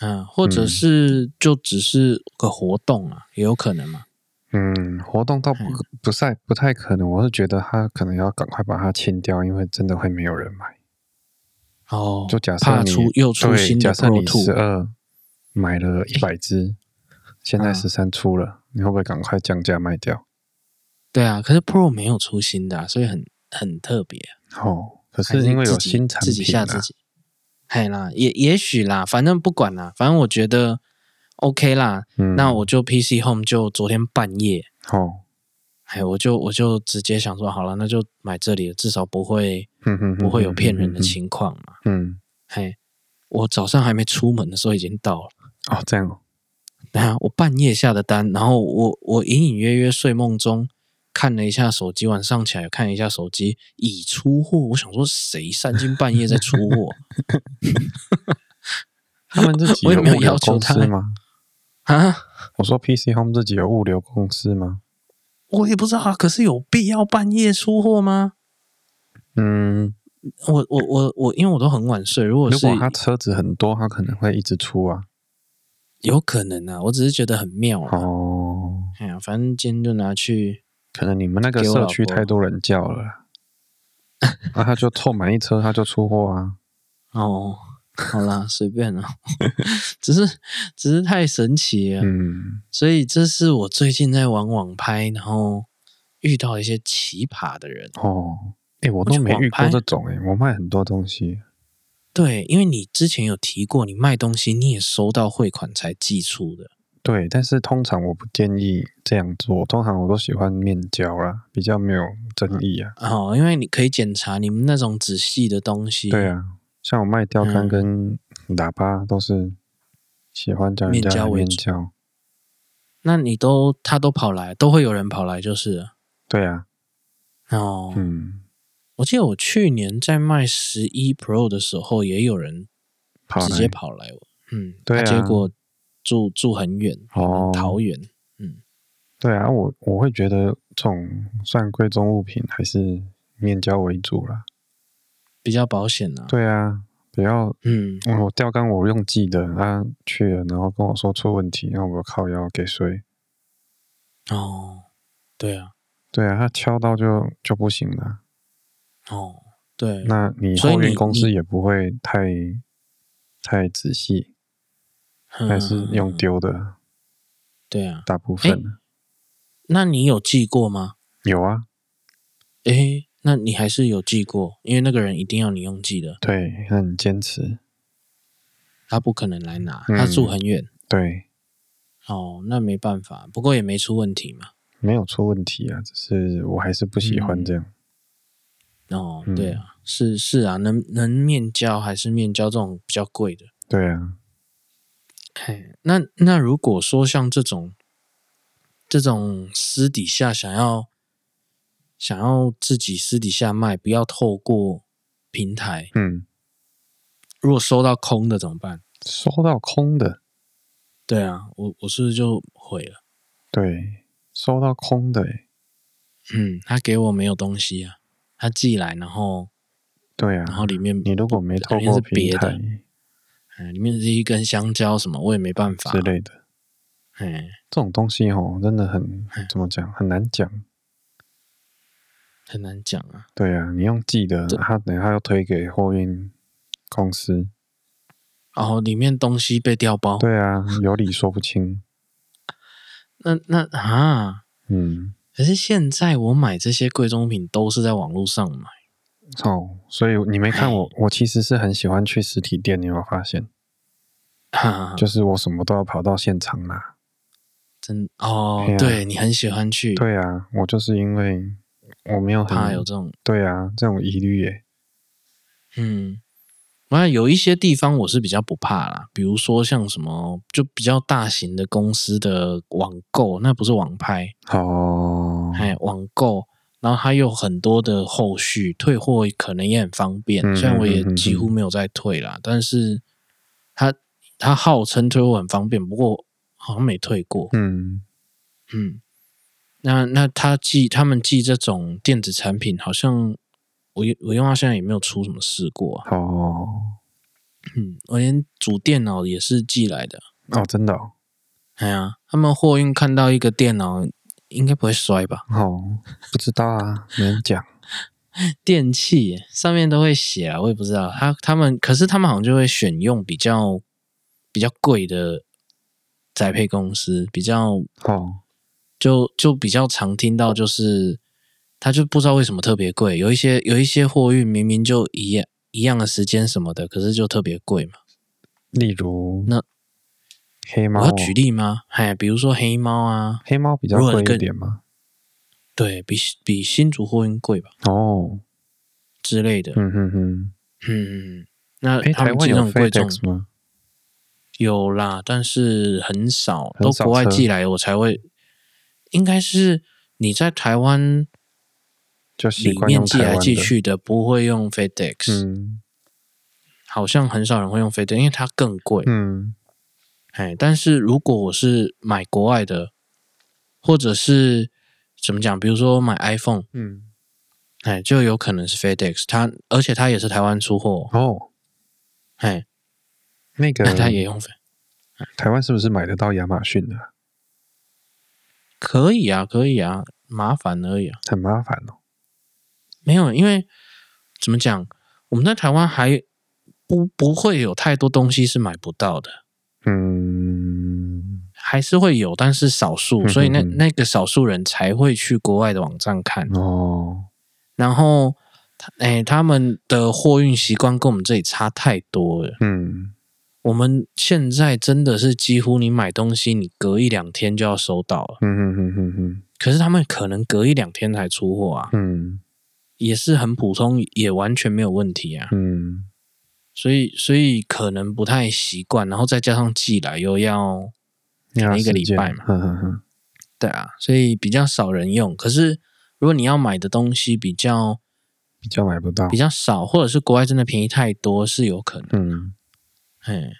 Speaker 1: 嗯，或者
Speaker 2: 嗯
Speaker 1: 是就只是个活动啊，也有可能嘛。
Speaker 2: 嗯，活动倒不
Speaker 1: 嗯
Speaker 2: 不太不太可能，我是觉得他可能要赶快把它清掉，因为真的会没有人买。
Speaker 1: 哦，
Speaker 2: 就假设
Speaker 1: 怕
Speaker 2: 你
Speaker 1: 出又出
Speaker 2: 对
Speaker 1: 新的
Speaker 2: 假设
Speaker 1: Pro
Speaker 2: 你
Speaker 1: Two，
Speaker 2: 十二买了一百只，现在
Speaker 1: 嗯
Speaker 2: 十三出了，你会不会赶快降价卖掉？
Speaker 1: 对啊，可是 Pro 没有出新的、啊，所以很很特别、啊。
Speaker 2: 哦，可
Speaker 1: 还
Speaker 2: 是因为
Speaker 1: 自
Speaker 2: 有
Speaker 1: 己
Speaker 2: 新产
Speaker 1: 自己
Speaker 2: 品
Speaker 1: 吓
Speaker 2: 啊，
Speaker 1: 自己，嘿啦，也也许啦，反正不管啦，反正我觉得 OK 啦。
Speaker 2: 嗯，
Speaker 1: 那我就 PC Home 就昨天半夜，
Speaker 2: 哦，
Speaker 1: 哎，我就我就直接想说，好了，那就买这里了，至少不会
Speaker 2: 嗯哼，
Speaker 1: 不会有骗人的
Speaker 2: 情。
Speaker 1: 情况嘛。
Speaker 2: 嗯，
Speaker 1: 嘿，我早上还没出门的时候已经到了。
Speaker 2: 哦，这样哦，
Speaker 1: 等下，我半夜下的单，然后我我隐隐约约睡梦中看了一下手机，晚上起来看了一下手机，已出货。我想说，谁三更半夜在出货
Speaker 2: 他们自 己
Speaker 1: 我也
Speaker 2: 有
Speaker 1: 没有
Speaker 2: 物流
Speaker 1: 要求
Speaker 2: 公
Speaker 1: 他
Speaker 2: 司吗？
Speaker 1: 啊？
Speaker 2: 我说 PC Home 自己有物流公司吗？
Speaker 1: 我也不知道啊。可是有必要半夜出货吗？
Speaker 2: 嗯，
Speaker 1: 我我我我，因为我都很晚睡，如果
Speaker 2: 如
Speaker 1: 是
Speaker 2: 果他车子很多，他可能会一直出啊。
Speaker 1: 有可能啊，我只是觉得很妙啊。
Speaker 2: 哦，
Speaker 1: 哎呀，反正今天就拿去，
Speaker 2: 可能你们那个
Speaker 1: 给我老
Speaker 2: 社
Speaker 1: 婆
Speaker 2: 区太多人叫了啦，那、他就凑满一车，他就出货 啊。
Speaker 1: 哦，好啦，随便啦， 只是只是太神奇了。
Speaker 2: 嗯，
Speaker 1: 所以这是我最近在玩网拍，然后遇到一些奇葩的人。
Speaker 2: 哦，哎、我都没遇
Speaker 1: 我去
Speaker 2: 过
Speaker 1: 网拍
Speaker 2: 这种哎、我卖很多东西，
Speaker 1: 对，因为你之前有提过，你卖东西你也收到汇款才寄出的。
Speaker 2: 对，但是通常我不建议这样做，通常我都喜欢面交啦，比较没有争议啊。
Speaker 1: 哦，因为你可以检查你们那种仔细的东西，
Speaker 2: 对啊，像我卖钓竿
Speaker 1: 嗯
Speaker 2: 跟喇叭都是喜欢叫人
Speaker 1: 面
Speaker 2: 家
Speaker 1: 交
Speaker 2: 来
Speaker 1: 为
Speaker 2: 面
Speaker 1: 主
Speaker 2: 交，
Speaker 1: 那你都他都跑来，都会有人跑来就是了
Speaker 2: 对啊，
Speaker 1: 哦。
Speaker 2: 嗯，
Speaker 1: 我记得我去年在卖十一 Pro 的时候，也有人
Speaker 2: 跑
Speaker 1: 直
Speaker 2: 来
Speaker 1: 接跑来我，嗯，
Speaker 2: 对啊
Speaker 1: 他结果住住很远，
Speaker 2: 哦
Speaker 1: 桃园，
Speaker 2: 对啊，我我会觉得这种算贵重物品还是面交为主啦。
Speaker 1: 比较保险啊。
Speaker 2: 对啊，不要
Speaker 1: 嗯，
Speaker 2: 嗯我钓竿我用寄的，啊去了，然后跟我说出问题，那我靠腰给谁？
Speaker 1: 哦，对啊，
Speaker 2: 对啊，他敲到就就不行了。
Speaker 1: 哦，对，
Speaker 2: 那你
Speaker 1: 所以
Speaker 2: 后运
Speaker 1: 你
Speaker 2: 公
Speaker 1: 你
Speaker 2: 司也不会太太仔细，还是用
Speaker 1: 嗯
Speaker 2: 丢的
Speaker 1: 对啊。
Speaker 2: 大部分。
Speaker 1: 那你有寄过吗？
Speaker 2: 有啊，
Speaker 1: 诶，那你还是有寄过，因为那个人一定要你用寄的，
Speaker 2: 对，很坚持，
Speaker 1: 他不可能来拿，
Speaker 2: 嗯
Speaker 1: 他住很远。
Speaker 2: 对，
Speaker 1: 哦，那没办法，不过也没出问题嘛。
Speaker 2: 没有出问题啊，只是我还是不喜欢
Speaker 1: 嗯
Speaker 2: 这样。
Speaker 1: 哦，
Speaker 2: 嗯
Speaker 1: 对啊，是是啊，能能面交还是面交这种比较贵的。
Speaker 2: 对啊，
Speaker 1: 嘿，那那如果说像这种这种私底下想要想要自己私底下卖，不要透过平台，
Speaker 2: 嗯，
Speaker 1: 如果收到空的怎么办？
Speaker 2: 收到空的，
Speaker 1: 对啊，我我是不是就毁了？
Speaker 2: 对，收到空的、欸，
Speaker 1: 嗯，他给我没有东西啊，他寄来，然后
Speaker 2: 对
Speaker 1: 然
Speaker 2: 啊，
Speaker 1: 后里面
Speaker 2: 你如果没透
Speaker 1: 里面是
Speaker 2: 过平
Speaker 1: 别的
Speaker 2: 台
Speaker 1: 嗯，里面是一根香蕉什么，我也没办法
Speaker 2: 之。类的，
Speaker 1: 哎，
Speaker 2: 这种东西哦，真的很怎么讲，很难讲。
Speaker 1: 很难讲啊。
Speaker 2: 对啊，你用寄的，
Speaker 1: 这
Speaker 2: 他等下要推给货运公司，
Speaker 1: 然后里面东西被调包，
Speaker 2: 对啊，有理说不清。
Speaker 1: 那那啊，
Speaker 2: 嗯，
Speaker 1: 可是现在我买这些贵重品都是在网络上买。
Speaker 2: 哦，所以你没
Speaker 1: 哎
Speaker 2: 看我，我其实是很喜欢去实体店，你有没有发现？
Speaker 1: 哈 哈哈
Speaker 2: 就是我什么都要跑到现场拿。
Speaker 1: 真哦
Speaker 2: 哎呀，
Speaker 1: 对你很喜欢去，
Speaker 2: 对啊，我就是因为我没有
Speaker 1: 怕有
Speaker 2: 很
Speaker 1: 这种，
Speaker 2: 对啊这种疑虑耶。
Speaker 1: 嗯，完了有一些地方我是比较不怕啦，比如说像什么就比较大型的公司的网购，那不是网拍，
Speaker 2: 哦，
Speaker 1: 哎，网购，然后它有很多的后续退货，可能也很方便。
Speaker 2: 嗯
Speaker 1: 虽然我也
Speaker 2: 嗯嗯
Speaker 1: 几乎没有在退啦，但是它它号称退货很方便，不过好像没退过。
Speaker 2: 嗯，
Speaker 1: 嗯，那那他寄他们寄这种电子产品，好像我用我用到现在也没有出什么事过、啊。
Speaker 2: 哦，
Speaker 1: 嗯，我连主电脑也是寄来的。
Speaker 2: 哦，真的哦，
Speaker 1: 哎呀，他们货运看到一个电脑，应该不会摔吧？
Speaker 2: 哦不知道啊，没人讲。
Speaker 1: 电器耶上面都会写啊，我也不知道他他们，可是他们好像就会选用比较比较贵的宅配公司，比较
Speaker 2: 哦，
Speaker 1: 就就比较常听到就是，他就不知道为什么特别贵，有一些有一些货运明明就一样一样的时间什么的，可是就特别贵嘛。
Speaker 2: 例如
Speaker 1: 那
Speaker 2: 黑猫
Speaker 1: 我
Speaker 2: 哦，
Speaker 1: 要举例吗？哎，比如说黑猫啊，
Speaker 2: 黑猫比较
Speaker 1: 如果
Speaker 2: 贵一
Speaker 1: 更
Speaker 2: 点嘛。
Speaker 1: 对比比新竹货运贵吧
Speaker 2: 哦，
Speaker 1: 之类的。
Speaker 2: 嗯哼哼，
Speaker 1: 嗯，那
Speaker 2: 哎，
Speaker 1: 他
Speaker 2: 台
Speaker 1: 们
Speaker 2: 湾
Speaker 1: 寄
Speaker 2: 有
Speaker 1: 那种贵重
Speaker 2: FedEx 吗？
Speaker 1: 有啦，但是很少，
Speaker 2: 很
Speaker 1: 都
Speaker 2: 少
Speaker 1: 国外
Speaker 2: 车
Speaker 1: 寄来我才会。应该是你在台湾
Speaker 2: 就习
Speaker 1: 里
Speaker 2: 惯
Speaker 1: 面
Speaker 2: 用
Speaker 1: 寄
Speaker 2: 台
Speaker 1: 来
Speaker 2: 湾
Speaker 1: 寄
Speaker 2: 的。
Speaker 1: 去的，不会用 FedEx，、
Speaker 2: 嗯
Speaker 1: 好像很少人会用 FedEx，因为它更贵。
Speaker 2: 嗯，
Speaker 1: 哎，但是如果我是买国外的，或者是怎么讲，比如说买 iPhone，
Speaker 2: 嗯，
Speaker 1: 哎，就有可能是 FedEx，它而且它也是台湾出货，
Speaker 2: 哦，
Speaker 1: 哎，
Speaker 2: 那个
Speaker 1: 那它也用 Fe-
Speaker 2: 台湾是不是买得到亚马逊的？啊
Speaker 1: 可以啊，可以啊，麻烦而已啊。
Speaker 2: 很麻烦哦。
Speaker 1: 没有，因为怎么讲，我们在台湾还不不会有太多东西是买不到的，
Speaker 2: 嗯，
Speaker 1: 还是会有，但是少
Speaker 2: 嗯
Speaker 1: 数，
Speaker 2: 哼
Speaker 1: 所以那
Speaker 2: 哼
Speaker 1: 那个少数人才会去国外的网站看，
Speaker 2: 哦，
Speaker 1: 然后哎、他们的货运习惯跟我们这里差太多了。
Speaker 2: 嗯，
Speaker 1: 我们现在真的是几乎你买东西，你隔一两天就要收到了
Speaker 2: 嗯，嗯嗯嗯嗯
Speaker 1: 可是他们可能隔一两天才出货啊，
Speaker 2: 嗯
Speaker 1: 也是很普通，也完全没有问题啊。
Speaker 2: 嗯
Speaker 1: 所以，所以可能不太习惯，然后再加上寄来又要，
Speaker 2: 嗯，
Speaker 1: 一个礼拜嘛
Speaker 2: 嗯嗯嗯
Speaker 1: 对啊，所以比较少人用。可是如果你要买的东西比较
Speaker 2: 比较买不到
Speaker 1: 比，较少，或者是国外真的便宜太多，是有可能。
Speaker 2: 嗯
Speaker 1: 嘿，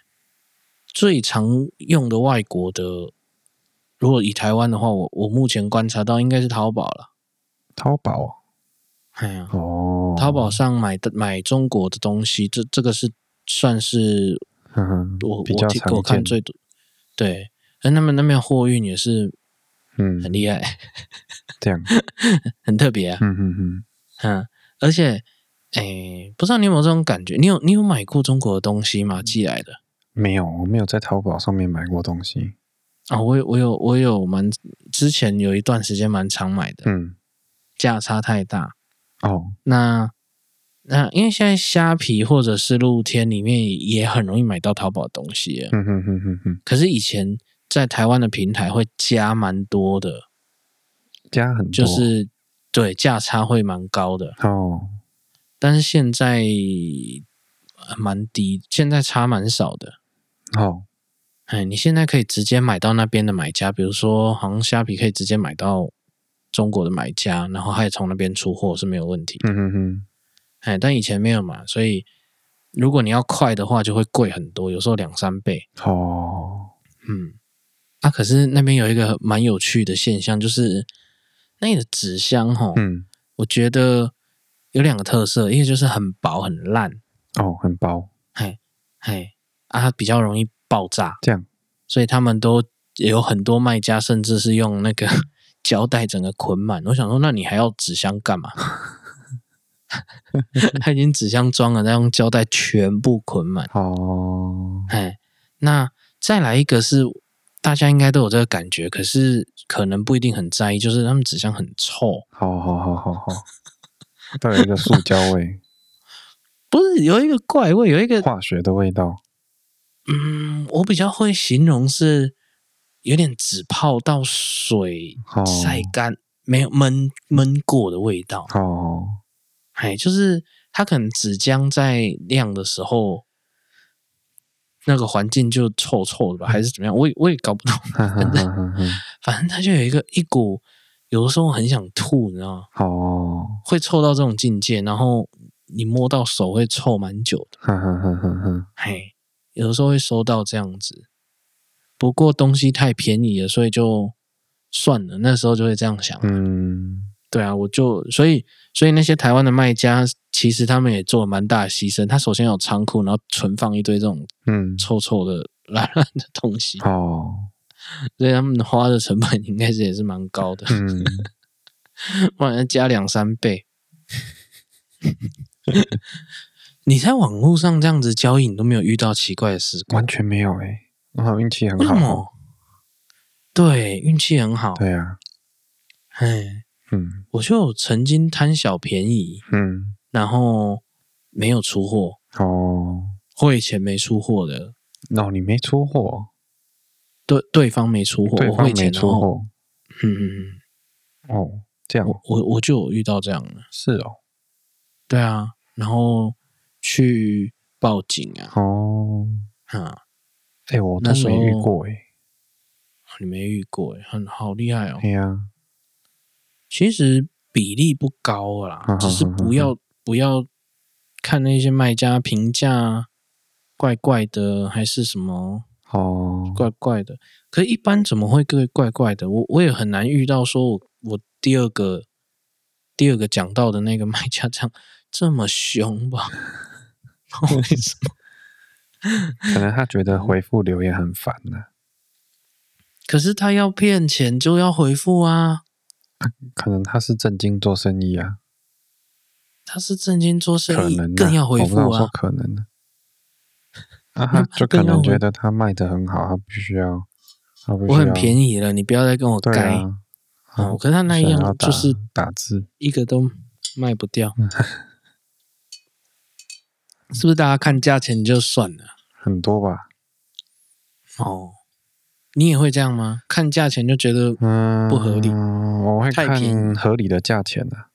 Speaker 1: 最常用的外国的，如果以台湾的话，我我目前观察到应该是淘宝了。
Speaker 2: 淘宝
Speaker 1: 哎呀、
Speaker 2: 哦，
Speaker 1: 啊淘宝上买的买中国的东西，这这个是算是
Speaker 2: 嗯哼
Speaker 1: 我
Speaker 2: 比较
Speaker 1: 我听我
Speaker 2: 常
Speaker 1: 看
Speaker 2: 见，
Speaker 1: 最多。对，那他们那边货运也是
Speaker 2: 嗯
Speaker 1: 很厉害，
Speaker 2: 这样，
Speaker 1: 很特别啊。
Speaker 2: 嗯嗯嗯，
Speaker 1: 嗯，而且，哎、不知道你有没有这种感觉？你有你有买过中国的东西吗？寄来的
Speaker 2: 没有，我没有在淘宝上面买过东西，
Speaker 1: 啊、我有我有我有蛮之前有一段时间蛮常买的，
Speaker 2: 嗯
Speaker 1: 价差太大。
Speaker 2: 哦，
Speaker 1: 那那因为现在虾皮或者是露天里面也很容易买到淘宝的东西了，
Speaker 2: 嗯嗯嗯嗯嗯，
Speaker 1: 可是以前在台湾的平台会加蛮多的，
Speaker 2: 加很多，
Speaker 1: 就是、对价差会蛮高的，
Speaker 2: 哦，
Speaker 1: 但是现在呃蛮低，现在差蛮少的。
Speaker 2: 哦，
Speaker 1: 哎，你现在可以直接买到那边的买家，比如说好像虾皮可以直接买到中国的买家，然后他也从那边出货是没有问题的。
Speaker 2: 嗯嗯嗯，
Speaker 1: 哎，但以前没有嘛，所以如果你要快的话，就会贵很多，有时候两三倍。
Speaker 2: 哦，
Speaker 1: 嗯，啊，可是那边有一个蛮有趣的现象，就是那里的纸箱哈，
Speaker 2: 嗯，
Speaker 1: 我觉得有两个特色，一个就是很薄很烂，
Speaker 2: 哦，很薄，
Speaker 1: 嘿，啊，它比较容易爆炸，
Speaker 2: 这样，
Speaker 1: 所以他们都有很多卖家甚至是用那个 胶带整个捆满。我想说，那你还要纸箱干嘛？ 他已经纸箱装了，再用胶带全部捆满。
Speaker 2: 哦，
Speaker 1: 哎，那再来一个是大家应该都有这个感觉，可是可能不一定很在意，就是他们纸箱很臭，
Speaker 2: 好好 好好好，都有一个塑胶味，
Speaker 1: 不是有一个怪味，有一个
Speaker 2: 化学的味道，
Speaker 1: 嗯，我比较会形容是有点纸泡到水
Speaker 2: 哦，
Speaker 1: 晒干，没有闷闷过的味道，
Speaker 2: 哦，
Speaker 1: 哎，就是它可能纸浆在晾的时候。那个环境就臭臭的吧，还是怎么样？我也我也搞不懂。
Speaker 2: 哈哈哈哈哈，
Speaker 1: 反正它就有一个一股，有的时候很想吐，你知道吗？
Speaker 2: 哦，
Speaker 1: 会臭到这种境界，然后你摸到手会臭蛮久的，
Speaker 2: 哈哈哈哈哈，
Speaker 1: 嘿，有的时候会收到这样子。不过东西太便宜了，所以就算了。那时候就会这样想，
Speaker 2: 嗯，
Speaker 1: 对啊，我就所以所以那些台湾的卖家，其实他们也做了蛮大的牺牲。他首先有仓库，然后存放一堆这种
Speaker 2: 嗯，
Speaker 1: 臭臭的、烂烂的东西，
Speaker 2: 哦，
Speaker 1: 所以他们花的成本应该是也是蛮高的。
Speaker 2: 嗯，
Speaker 1: 不然加两三倍。 你在网络上这样子交易，你都没有遇到奇怪的事故，
Speaker 2: 完全没有欸诶，我好运气很
Speaker 1: 为什
Speaker 2: 好，
Speaker 1: 么？对，运气很好。
Speaker 2: 对啊，
Speaker 1: 哎，
Speaker 2: 嗯
Speaker 1: 我就曾经贪小便宜，
Speaker 2: 嗯，
Speaker 1: 然后没有出货，
Speaker 2: 哦，
Speaker 1: 汇钱没出货的，
Speaker 2: 哦，你没出货，
Speaker 1: 对对方没出货，
Speaker 2: 对
Speaker 1: 我
Speaker 2: 方
Speaker 1: 汇
Speaker 2: 没
Speaker 1: 钱然
Speaker 2: 出
Speaker 1: 后，
Speaker 2: 货，
Speaker 1: 嗯嗯嗯，
Speaker 2: 哦，这样
Speaker 1: 我我我就有遇到这样的，
Speaker 2: 是哦，
Speaker 1: 对啊，然后去报警啊，
Speaker 2: 哦，
Speaker 1: 啊，
Speaker 2: 哎，我都
Speaker 1: 那时候
Speaker 2: 没遇过欸诶，
Speaker 1: 你没遇过耶，很好厉害哦
Speaker 2: 哎。呀，
Speaker 1: 其实比例不高啦，只是不要不要看那些卖家评价啊怪怪的，还是什么
Speaker 2: 哦，
Speaker 1: 怪怪的。可一般怎么会各位怪怪的？我我也很难遇到说我我第二个第二个讲到的那个卖家这样这么凶 吧？为什么？
Speaker 2: 可能他觉得回复留言很烦啊呐、
Speaker 1: 可是他要骗钱就要回复啊，
Speaker 2: 可能他是正经做生意啊，
Speaker 1: 他是正经做
Speaker 2: 可
Speaker 1: 生意
Speaker 2: 能、啊、
Speaker 1: 更要回复
Speaker 2: 我不
Speaker 1: 啊
Speaker 2: 知道说。可能 呢、啊，他就可能觉得他卖的很好，他必须要，他必须要
Speaker 1: 我很便宜了，你不要再跟我
Speaker 2: 对
Speaker 1: 该。
Speaker 2: 啊，
Speaker 1: 哦，可是他那一
Speaker 2: 想要
Speaker 1: 样
Speaker 2: 打
Speaker 1: 就是
Speaker 2: 打字，
Speaker 1: 一个都卖不掉。是不是大家看价钱就算了？
Speaker 2: 很多吧？
Speaker 1: 哦，你也会这样吗？看价钱就觉得
Speaker 2: 嗯，
Speaker 1: 不合理
Speaker 2: 我会
Speaker 1: 太便宜
Speaker 2: 看合理的价钱的、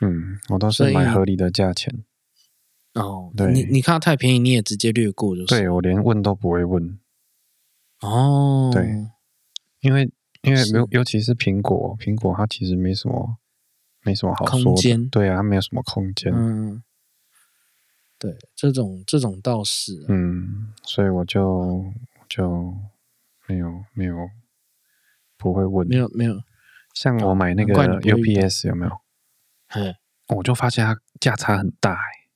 Speaker 2: 嗯，我都
Speaker 1: 所
Speaker 2: 是
Speaker 1: 以
Speaker 2: 买合理的价钱，
Speaker 1: 哦，
Speaker 2: 对
Speaker 1: 你你看到太便宜，你也直接略过就是。
Speaker 2: 对我连问都不会问，
Speaker 1: 哦，
Speaker 2: 对因为因为
Speaker 1: 是
Speaker 2: 尤尤其是苹果，苹果它其实没什么没什么好
Speaker 1: 空
Speaker 2: 说的
Speaker 1: 间，
Speaker 2: 对啊，它没有什么空间，
Speaker 1: 嗯，对，这种这种倒是啊、
Speaker 2: 嗯，所以我就就没有没有不会问
Speaker 1: 没，有没有，
Speaker 2: 像我买那个
Speaker 1: 哦难怪你不会遇到
Speaker 2: UPS 有没有？
Speaker 1: 嘿，
Speaker 2: 我就发现它价差很大、欸，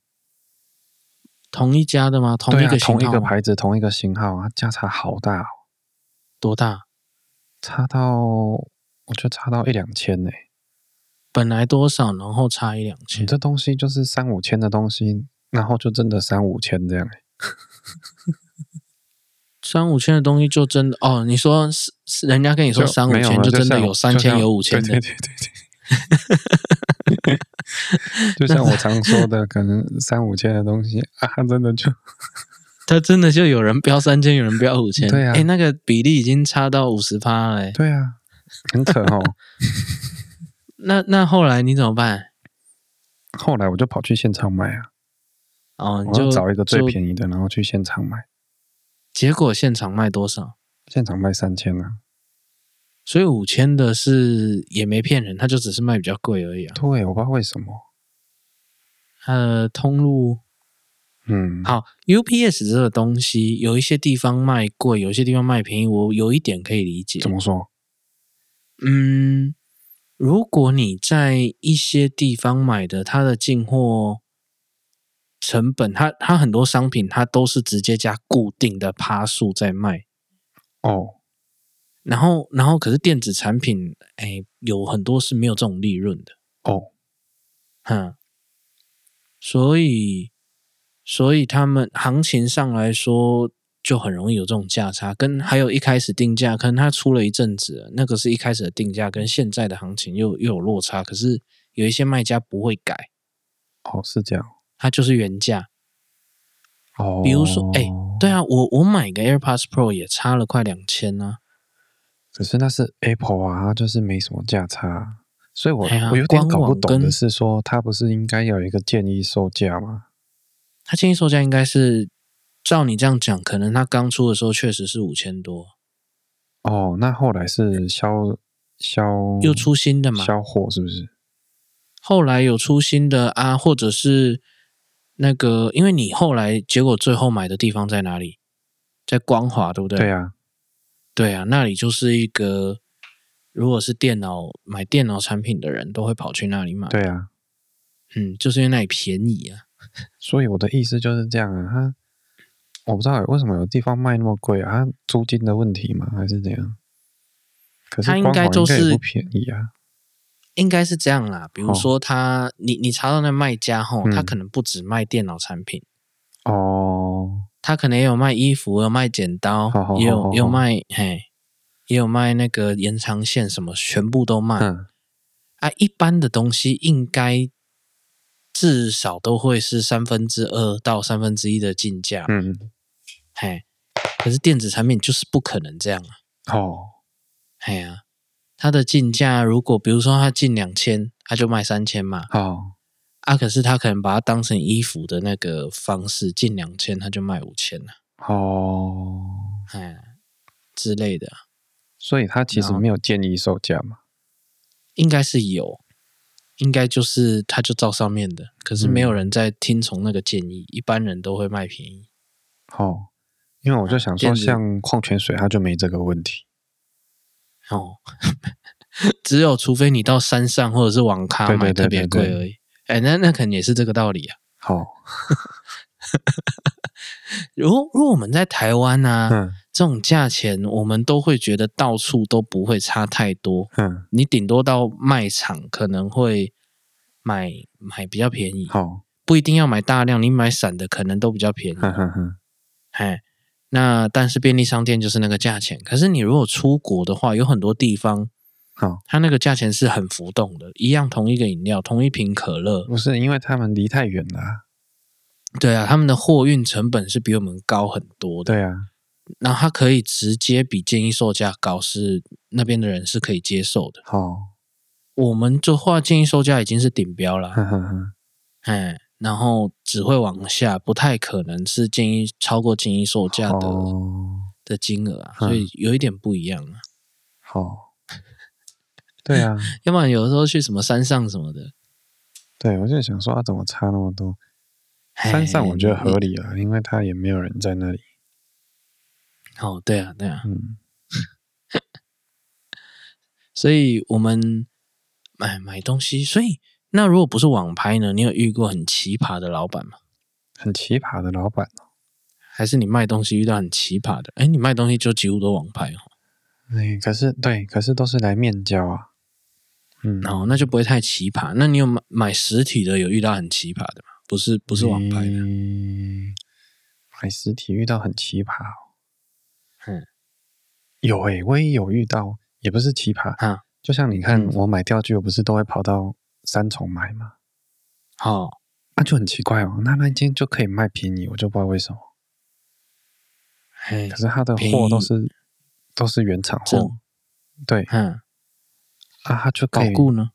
Speaker 1: 同一家的吗？同
Speaker 2: 对
Speaker 1: 一个
Speaker 2: 啊、
Speaker 1: 型
Speaker 2: 同一
Speaker 1: 号
Speaker 2: 个
Speaker 1: 吗
Speaker 2: 牌子、同一个型号啊，它价差好大、哦，
Speaker 1: 多大？
Speaker 2: 差到我觉得差到一两千呢、欸。
Speaker 1: 本来多少，然后差一两
Speaker 2: 你
Speaker 1: 千，
Speaker 2: 这东西就是三五千的东西，然后就真的三五千这样、欸，
Speaker 1: 三五千的东西就真的哦。你说是是人家跟你
Speaker 2: 你
Speaker 1: 说三五千，就真的有三千有五千
Speaker 2: 对
Speaker 1: 的，
Speaker 2: 对对 对对。就像我常说 的，可能三五千的东西啊，它真的就
Speaker 1: 他真的就有人标三千，有人标五千，
Speaker 2: 对啊
Speaker 1: 哎，那个比例已经差到五十趴了欸。
Speaker 2: 对啊，很扯哦。
Speaker 1: 那那后来你怎么办？
Speaker 2: 后来我就跑去现场买啊，
Speaker 1: 哦， 你
Speaker 2: 我要
Speaker 1: 就
Speaker 2: 找一个最
Speaker 1: 就
Speaker 2: 便宜的，然后去现场买，
Speaker 1: 结果现场卖多少？
Speaker 2: 现场卖三千啊。
Speaker 1: 所以五千的是也没骗人，他就只是卖比较贵而已啊。
Speaker 2: 对，我不知道为什么。
Speaker 1: 它的通路
Speaker 2: 嗯，
Speaker 1: 好，UPS 这个东西有一些地方卖贵，有一些地方卖便宜，我有一点可以理解
Speaker 2: 怎。么说？
Speaker 1: 嗯，如果你在一些地方买的，它的进货成本，它它很多商品它都是直接加固定的趴数在卖，
Speaker 2: 哦，
Speaker 1: 然后然后可是电子产品，哎，有很多是没有这种利润的。
Speaker 2: 哦，
Speaker 1: 哼，所以，所以他们行情上来说，就很容易有这种价差。跟还有一开始定价，可能它出了一阵子了，那个是一开始的定价，跟现在的行情又又有落差。可是有一些卖家不会改，
Speaker 2: 哦，是这样。
Speaker 1: 它就是原价。
Speaker 2: 哦，
Speaker 1: 比如说哎对，啊，我我买个 AirPods Pro 也差了快两千啊。
Speaker 2: 可是那是 Apple 啊，它就是没什么价差啊。所以我，我、
Speaker 1: 哎呀
Speaker 2: 有点
Speaker 1: 官
Speaker 2: 搞不
Speaker 1: 网
Speaker 2: 懂的
Speaker 1: 跟
Speaker 2: 是说，它不是应该有一个建议售价吗？
Speaker 1: 它建议售价应该是，照你这样讲，可能它刚出的时候确实是五千多，
Speaker 2: 哦，那后来是销销
Speaker 1: 又出新的嘛。
Speaker 2: 销货是不是？
Speaker 1: 后来有出新的啊，或者是那个，因为你后来结果最后买的地方在哪里？在光华，对不对？
Speaker 2: 对
Speaker 1: 啊，
Speaker 2: 啊，
Speaker 1: 对啊，那里就是一个，如果是电脑买电脑产品的人都会跑去那里买。，
Speaker 2: 对啊。
Speaker 1: 嗯，就是因为那里便宜啊。
Speaker 2: 所以我的意思就是这样啊，它我不知道为什么有地方卖那么贵啊，它租金的问题吗？还是怎样？可是
Speaker 1: 它应
Speaker 2: 光
Speaker 1: 该
Speaker 2: 华
Speaker 1: 就
Speaker 2: 也
Speaker 1: 是
Speaker 2: 不便宜啊，
Speaker 1: 应该是这样啦，比如
Speaker 2: 哦
Speaker 1: 说他，你你查到那卖家吼，
Speaker 2: 嗯
Speaker 1: 他可能不只卖电脑产品，
Speaker 2: 哦，
Speaker 1: 他可能也有卖衣服，有卖剪刀，
Speaker 2: 好好
Speaker 1: 也
Speaker 2: 好好
Speaker 1: 有也有
Speaker 2: 好
Speaker 1: 卖嘿，也有卖那个延长线什么，全部都卖。
Speaker 2: 嗯，
Speaker 1: 啊，一般的东西应该至少都会是三分之二到三分之一的进价，
Speaker 2: 嗯，
Speaker 1: 嘿。可是电子产品就是不可能这样啊，
Speaker 2: 哦，
Speaker 1: 嘿呀、它的进价如果比如说它进两千，它就卖三千嘛，
Speaker 2: 好，
Speaker 1: 啊，可是它可能把它当成衣服的那个方式进两千，它就卖五千了，
Speaker 2: 哦，
Speaker 1: 哎之类的啊，
Speaker 2: 所以它其实
Speaker 1: 然后
Speaker 2: 没有建议售价嘛，
Speaker 1: 应该是有，应该就是它就照上面的，可是没有人在听从那个建议，一般人都会卖便宜，
Speaker 2: 哦，因为我就想说，
Speaker 1: 电子
Speaker 2: 像矿泉水它就没这个问题，
Speaker 1: 哦， 只有除非你到山上或者是网咖
Speaker 2: 对对
Speaker 1: 买
Speaker 2: 对
Speaker 1: 特别
Speaker 2: 对
Speaker 1: 贵
Speaker 2: 对
Speaker 1: 而已。哎，那那可能也是这个道理啊。
Speaker 2: 好，
Speaker 1: 如果如果我们在台湾啊，
Speaker 2: 嗯
Speaker 1: 这种价钱我们都会觉得到处都不会差太多，
Speaker 2: 嗯，
Speaker 1: 你顶多到卖场可能会买买比较便宜，
Speaker 2: 好，嗯
Speaker 1: 不一定要买大量，你买散的可能都比较便宜。
Speaker 2: 哼哼哼，
Speaker 1: 哎，那但是便利商店就是那个价钱。可是你如果出国的话，有很多地方
Speaker 2: 好，
Speaker 1: 它那个价钱是很浮动的，一样同一个饮料，同一瓶可乐，
Speaker 2: 不是因为他们离太远了啊、
Speaker 1: 对啊，他们的货运成本是比我们高很多的，
Speaker 2: 对啊，
Speaker 1: 然后它可以直接比建议售价高，是那边的人是可以接受的。
Speaker 2: 好、
Speaker 1: 我们的话，建议售价已经是顶标了，
Speaker 2: 哈哈哈，
Speaker 1: 哎，然后只会往下，不太可能是建议超过建议售价的、
Speaker 2: 哦，
Speaker 1: 的金额啊，
Speaker 2: 嗯
Speaker 1: 所以有一点不一样啊。
Speaker 2: 好，对啊，
Speaker 1: 要不然有的时候去什么山上什么的，
Speaker 2: 对我就想说，啊，怎么差那么多？
Speaker 1: 哎
Speaker 2: 山上我觉得合
Speaker 1: 你
Speaker 2: 理了，因为他也没有人在那里。
Speaker 1: 哦，对啊，对啊，
Speaker 2: 嗯，
Speaker 1: 所以我们买买东西，所以那如果不是网拍呢？你有遇过很奇葩的老板吗？
Speaker 2: 很奇葩的老板哦。
Speaker 1: 还是你卖东西遇到很奇葩的？哎，你卖东西就几乎都网拍哦，
Speaker 2: 哎，可是对，可是都是来面交啊。嗯，
Speaker 1: 哦，那就不会太奇葩。那你有买买实体的有遇到很奇葩的吗？不是，不
Speaker 2: 不
Speaker 1: 是网拍的，
Speaker 2: 嗯，买实体遇到很奇葩哦。
Speaker 1: 嗯，
Speaker 2: 有哎、我也有遇到，也不是奇葩。
Speaker 1: 啊，
Speaker 2: 就像你看，
Speaker 1: 嗯
Speaker 2: 我买钓具，我不是都会跑到三重买吗？
Speaker 1: 好、哦，
Speaker 2: 那、就很奇怪哦，那那一间就可以卖便宜，我就不知道为什么。
Speaker 1: 嘿
Speaker 2: 可，是它的
Speaker 1: 便
Speaker 2: 货都
Speaker 1: 宜
Speaker 2: 是都是原厂
Speaker 1: 正
Speaker 2: 货，对
Speaker 1: 嗯，
Speaker 2: 啊，它就
Speaker 1: 搞
Speaker 2: 可以
Speaker 1: 固呢？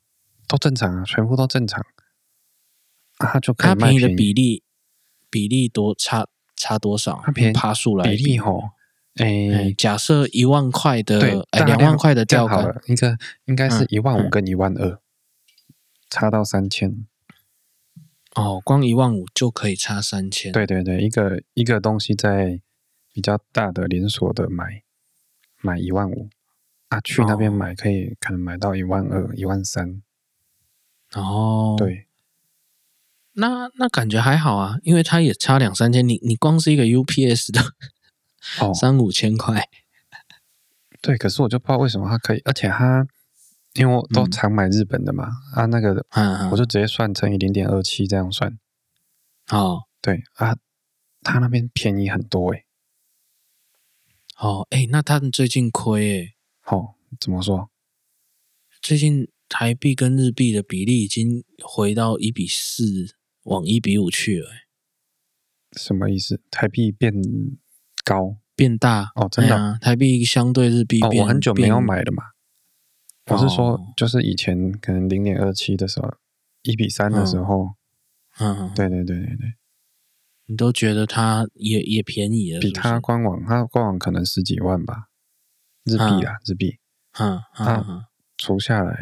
Speaker 2: 都正常啊，全部都正常。啊，它就可以
Speaker 1: 它
Speaker 2: 卖
Speaker 1: 便宜的
Speaker 2: 便宜，
Speaker 1: 比例比例多差差多少？
Speaker 2: 它便宜
Speaker 1: 趴数来
Speaker 2: 比例吼，
Speaker 1: 哎
Speaker 2: 诶，，
Speaker 1: 假设一万块
Speaker 2: 对
Speaker 1: 的，哎，
Speaker 2: 大
Speaker 1: 两
Speaker 2: 量
Speaker 1: 万块的
Speaker 2: 这样
Speaker 1: 钓
Speaker 2: 好
Speaker 1: 竿，
Speaker 2: 了，应该应该是
Speaker 1: 嗯
Speaker 2: 一万五
Speaker 1: 嗯
Speaker 2: 跟一万二，差到三千。
Speaker 1: 哦，光一万五就可以差三千，
Speaker 2: 对对对，一个一个东西在比较大的连锁的买买一万五，啊，去那边
Speaker 1: 哦
Speaker 2: 买可以可能买到一万二、一万三，
Speaker 1: 哦，，
Speaker 2: 对，
Speaker 1: 那那感觉还好啊，因为它也差两三千，你你光是一个 UPS 的
Speaker 2: 哦，
Speaker 1: 三五千块，
Speaker 2: 对，可是我就不知道为什么它可以，而且它因为我都
Speaker 1: 嗯
Speaker 2: 常买日本的嘛，啊，那个
Speaker 1: 嗯，
Speaker 2: 我就直接算乘以零点二七这样算，
Speaker 1: 哦
Speaker 2: 对啊，它那边便宜很多欸诶、
Speaker 1: 哦，哎，那他们最近亏哎，
Speaker 2: 哦，怎么说？
Speaker 1: 最近台币跟日币的比例已经回到一比四往一比五去了，哎
Speaker 2: 什么意思？台币变高
Speaker 1: 变大
Speaker 2: 哦，真的
Speaker 1: 哎呀台币相对日币
Speaker 2: 哦，
Speaker 1: 变，
Speaker 2: 我很久没
Speaker 1: 变
Speaker 2: 有买了嘛。我是说
Speaker 1: 哦，
Speaker 2: 就是以前可能零点二七的时候，一比三的时候，
Speaker 1: 嗯，
Speaker 2: 对对对对对，
Speaker 1: 你都觉得它也也便宜了，
Speaker 2: 比
Speaker 1: 是不
Speaker 2: 它
Speaker 1: 是
Speaker 2: 官网，它官网可能十几万吧，日币
Speaker 1: 啊
Speaker 2: 啦，日币
Speaker 1: 嗯嗯
Speaker 2: 啊
Speaker 1: 嗯，
Speaker 2: 除下来，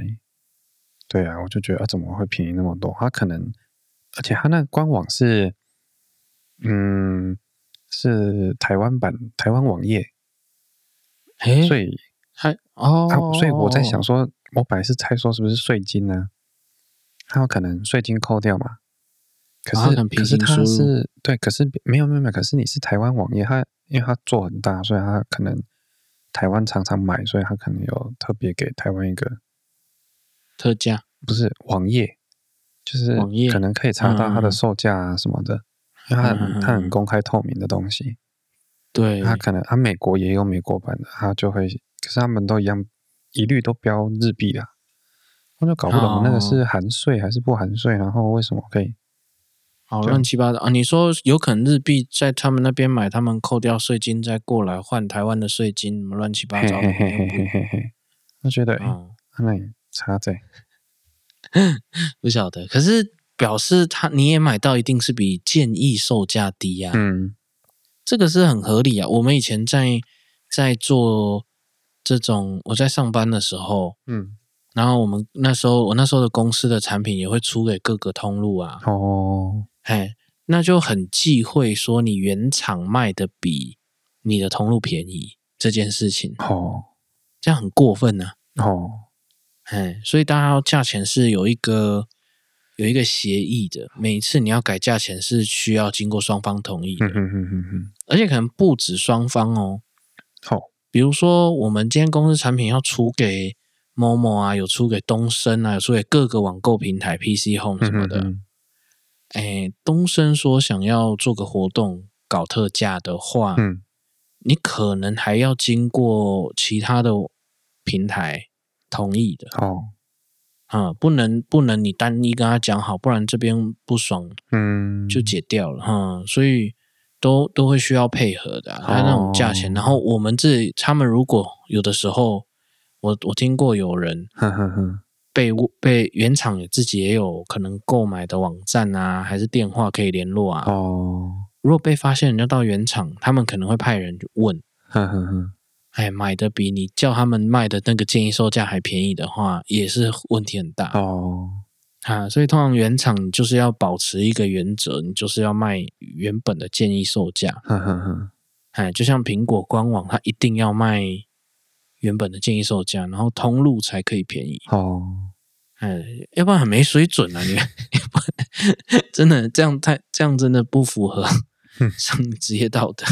Speaker 2: 对啊，我就觉得啊，怎么会便宜那么多？它可能，而且它那个官网是，嗯，是台湾版台湾网页，
Speaker 1: 哎，
Speaker 2: 所以
Speaker 1: 还哦、
Speaker 2: 啊，所以我在想说，我本来是猜说是不是税金呢、它有可能税金扣掉嘛？可
Speaker 1: 啊
Speaker 2: 是、
Speaker 1: 可能
Speaker 2: 可
Speaker 1: 平
Speaker 2: 是
Speaker 1: 行
Speaker 2: 它
Speaker 1: 输入
Speaker 2: 是对，可是没有没有没有，可是你是台湾网页，它因为它做很大，所以它可能台湾常常买，所以它可能有特别给台湾一个
Speaker 1: 特价，
Speaker 2: 不是网页，就是
Speaker 1: 网页
Speaker 2: 可能可以查到它的
Speaker 1: 嗯
Speaker 2: 售价啊什么的，因为它
Speaker 1: 嗯嗯
Speaker 2: 很
Speaker 1: 嗯
Speaker 2: 它很公开透明的东西，
Speaker 1: 对，
Speaker 2: 它可能它美国也有美国版的，它就会，可是他们都一样，一律都标日币啦。我就搞不懂那
Speaker 1: 哦
Speaker 2: 个是含税还是不含税，然后为什么可以？
Speaker 1: 好
Speaker 2: 对
Speaker 1: 乱七八糟啊！你说有可能日币在他们那边买，他们扣掉税金再过来换台湾的税金，什么乱七八
Speaker 2: 嘿
Speaker 1: 糟的
Speaker 2: 嘿嘿
Speaker 1: 又
Speaker 2: 嘿嘿
Speaker 1: 不。
Speaker 2: 嘿嘿，我觉得，哎，
Speaker 1: 嗯，
Speaker 2: 那你差在
Speaker 1: 不晓得。可是表示他你也买到，一定是比建议售价低呀、
Speaker 2: 嗯
Speaker 1: 这个是很合理啊。我们以前在在做这种，我在上班的时候，
Speaker 2: 嗯
Speaker 1: 然后我们那时候我那时候的公司的产品也会出给各个通路啊，
Speaker 2: 哦
Speaker 1: 哎，那就很忌讳说你原厂卖的比你的同路便宜这件事情，
Speaker 2: 哦
Speaker 1: 这样很过分呢、
Speaker 2: 哦，
Speaker 1: 哎，所以大家要价钱是有一个有一个协议的，每一次你要改价钱是需要经过双方同意的，
Speaker 2: 嗯哼哼哼哼，
Speaker 1: 而且可能不止双方哦。
Speaker 2: 好，
Speaker 1: 比如说，我们今天公司产品要出给某某啊，有出给东升啊，有出给各个网购平台、PC Home 什
Speaker 2: 嗯
Speaker 1: 么
Speaker 2: 哼
Speaker 1: 的。
Speaker 2: 哼，
Speaker 1: 哎，东升说想要做个活动搞特价的话，
Speaker 2: 嗯，
Speaker 1: 你可能还要经过其他的平台同意的。
Speaker 2: 哦，
Speaker 1: 啊，不能不能你单一跟他讲好，不然这边不爽
Speaker 2: 嗯，
Speaker 1: 就解掉了哈、所以都都会需要配合的、啊，还有那种价钱。
Speaker 2: 哦
Speaker 1: 然后我们自己，他们如果有的时候，我我听过有人
Speaker 2: 哼哼哼，
Speaker 1: 被被原厂自己也有可能购买的网站啊，还是电话可以联络啊。
Speaker 2: 哦，
Speaker 1: 如果被发现人家到原厂，他们可能会派人去问，
Speaker 2: 哼哼哼，
Speaker 1: 哎，买的比你叫他们卖的那个建议售价还便宜的话，也是问题很大。
Speaker 2: 哦，
Speaker 1: 啊，所以通常原厂你就是要保持一个原则，你就是要卖原本的建议售价。
Speaker 2: 哼哼哼，
Speaker 1: 哎，就像苹果官网，它一定要卖原本的建议售价，然后通路才可以便宜。
Speaker 2: 哦，
Speaker 1: 哎，要不然很没水准啊！你 们真的这样太这样真的不符合上职业道德。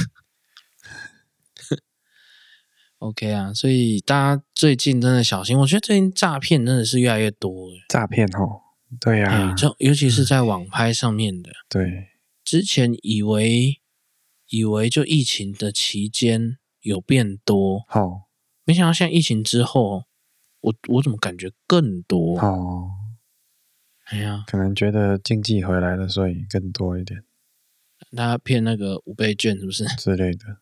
Speaker 1: OK 啊，所以大家最近真的小心，我觉得最近诈骗真的是越来越多了，
Speaker 2: 诈骗哦，对呀、
Speaker 1: 哎，就尤其是在网拍上面的。
Speaker 2: 对，
Speaker 1: 之前以为以为就疫情的期间有变多，
Speaker 2: 好，
Speaker 1: 没想到现在疫情之后，我我怎么感觉更多？
Speaker 2: 哦，
Speaker 1: 哎呀，
Speaker 2: 可能觉得经济回来了，所以更多一点
Speaker 1: 他骗那个五倍券是不是？
Speaker 2: 之类的，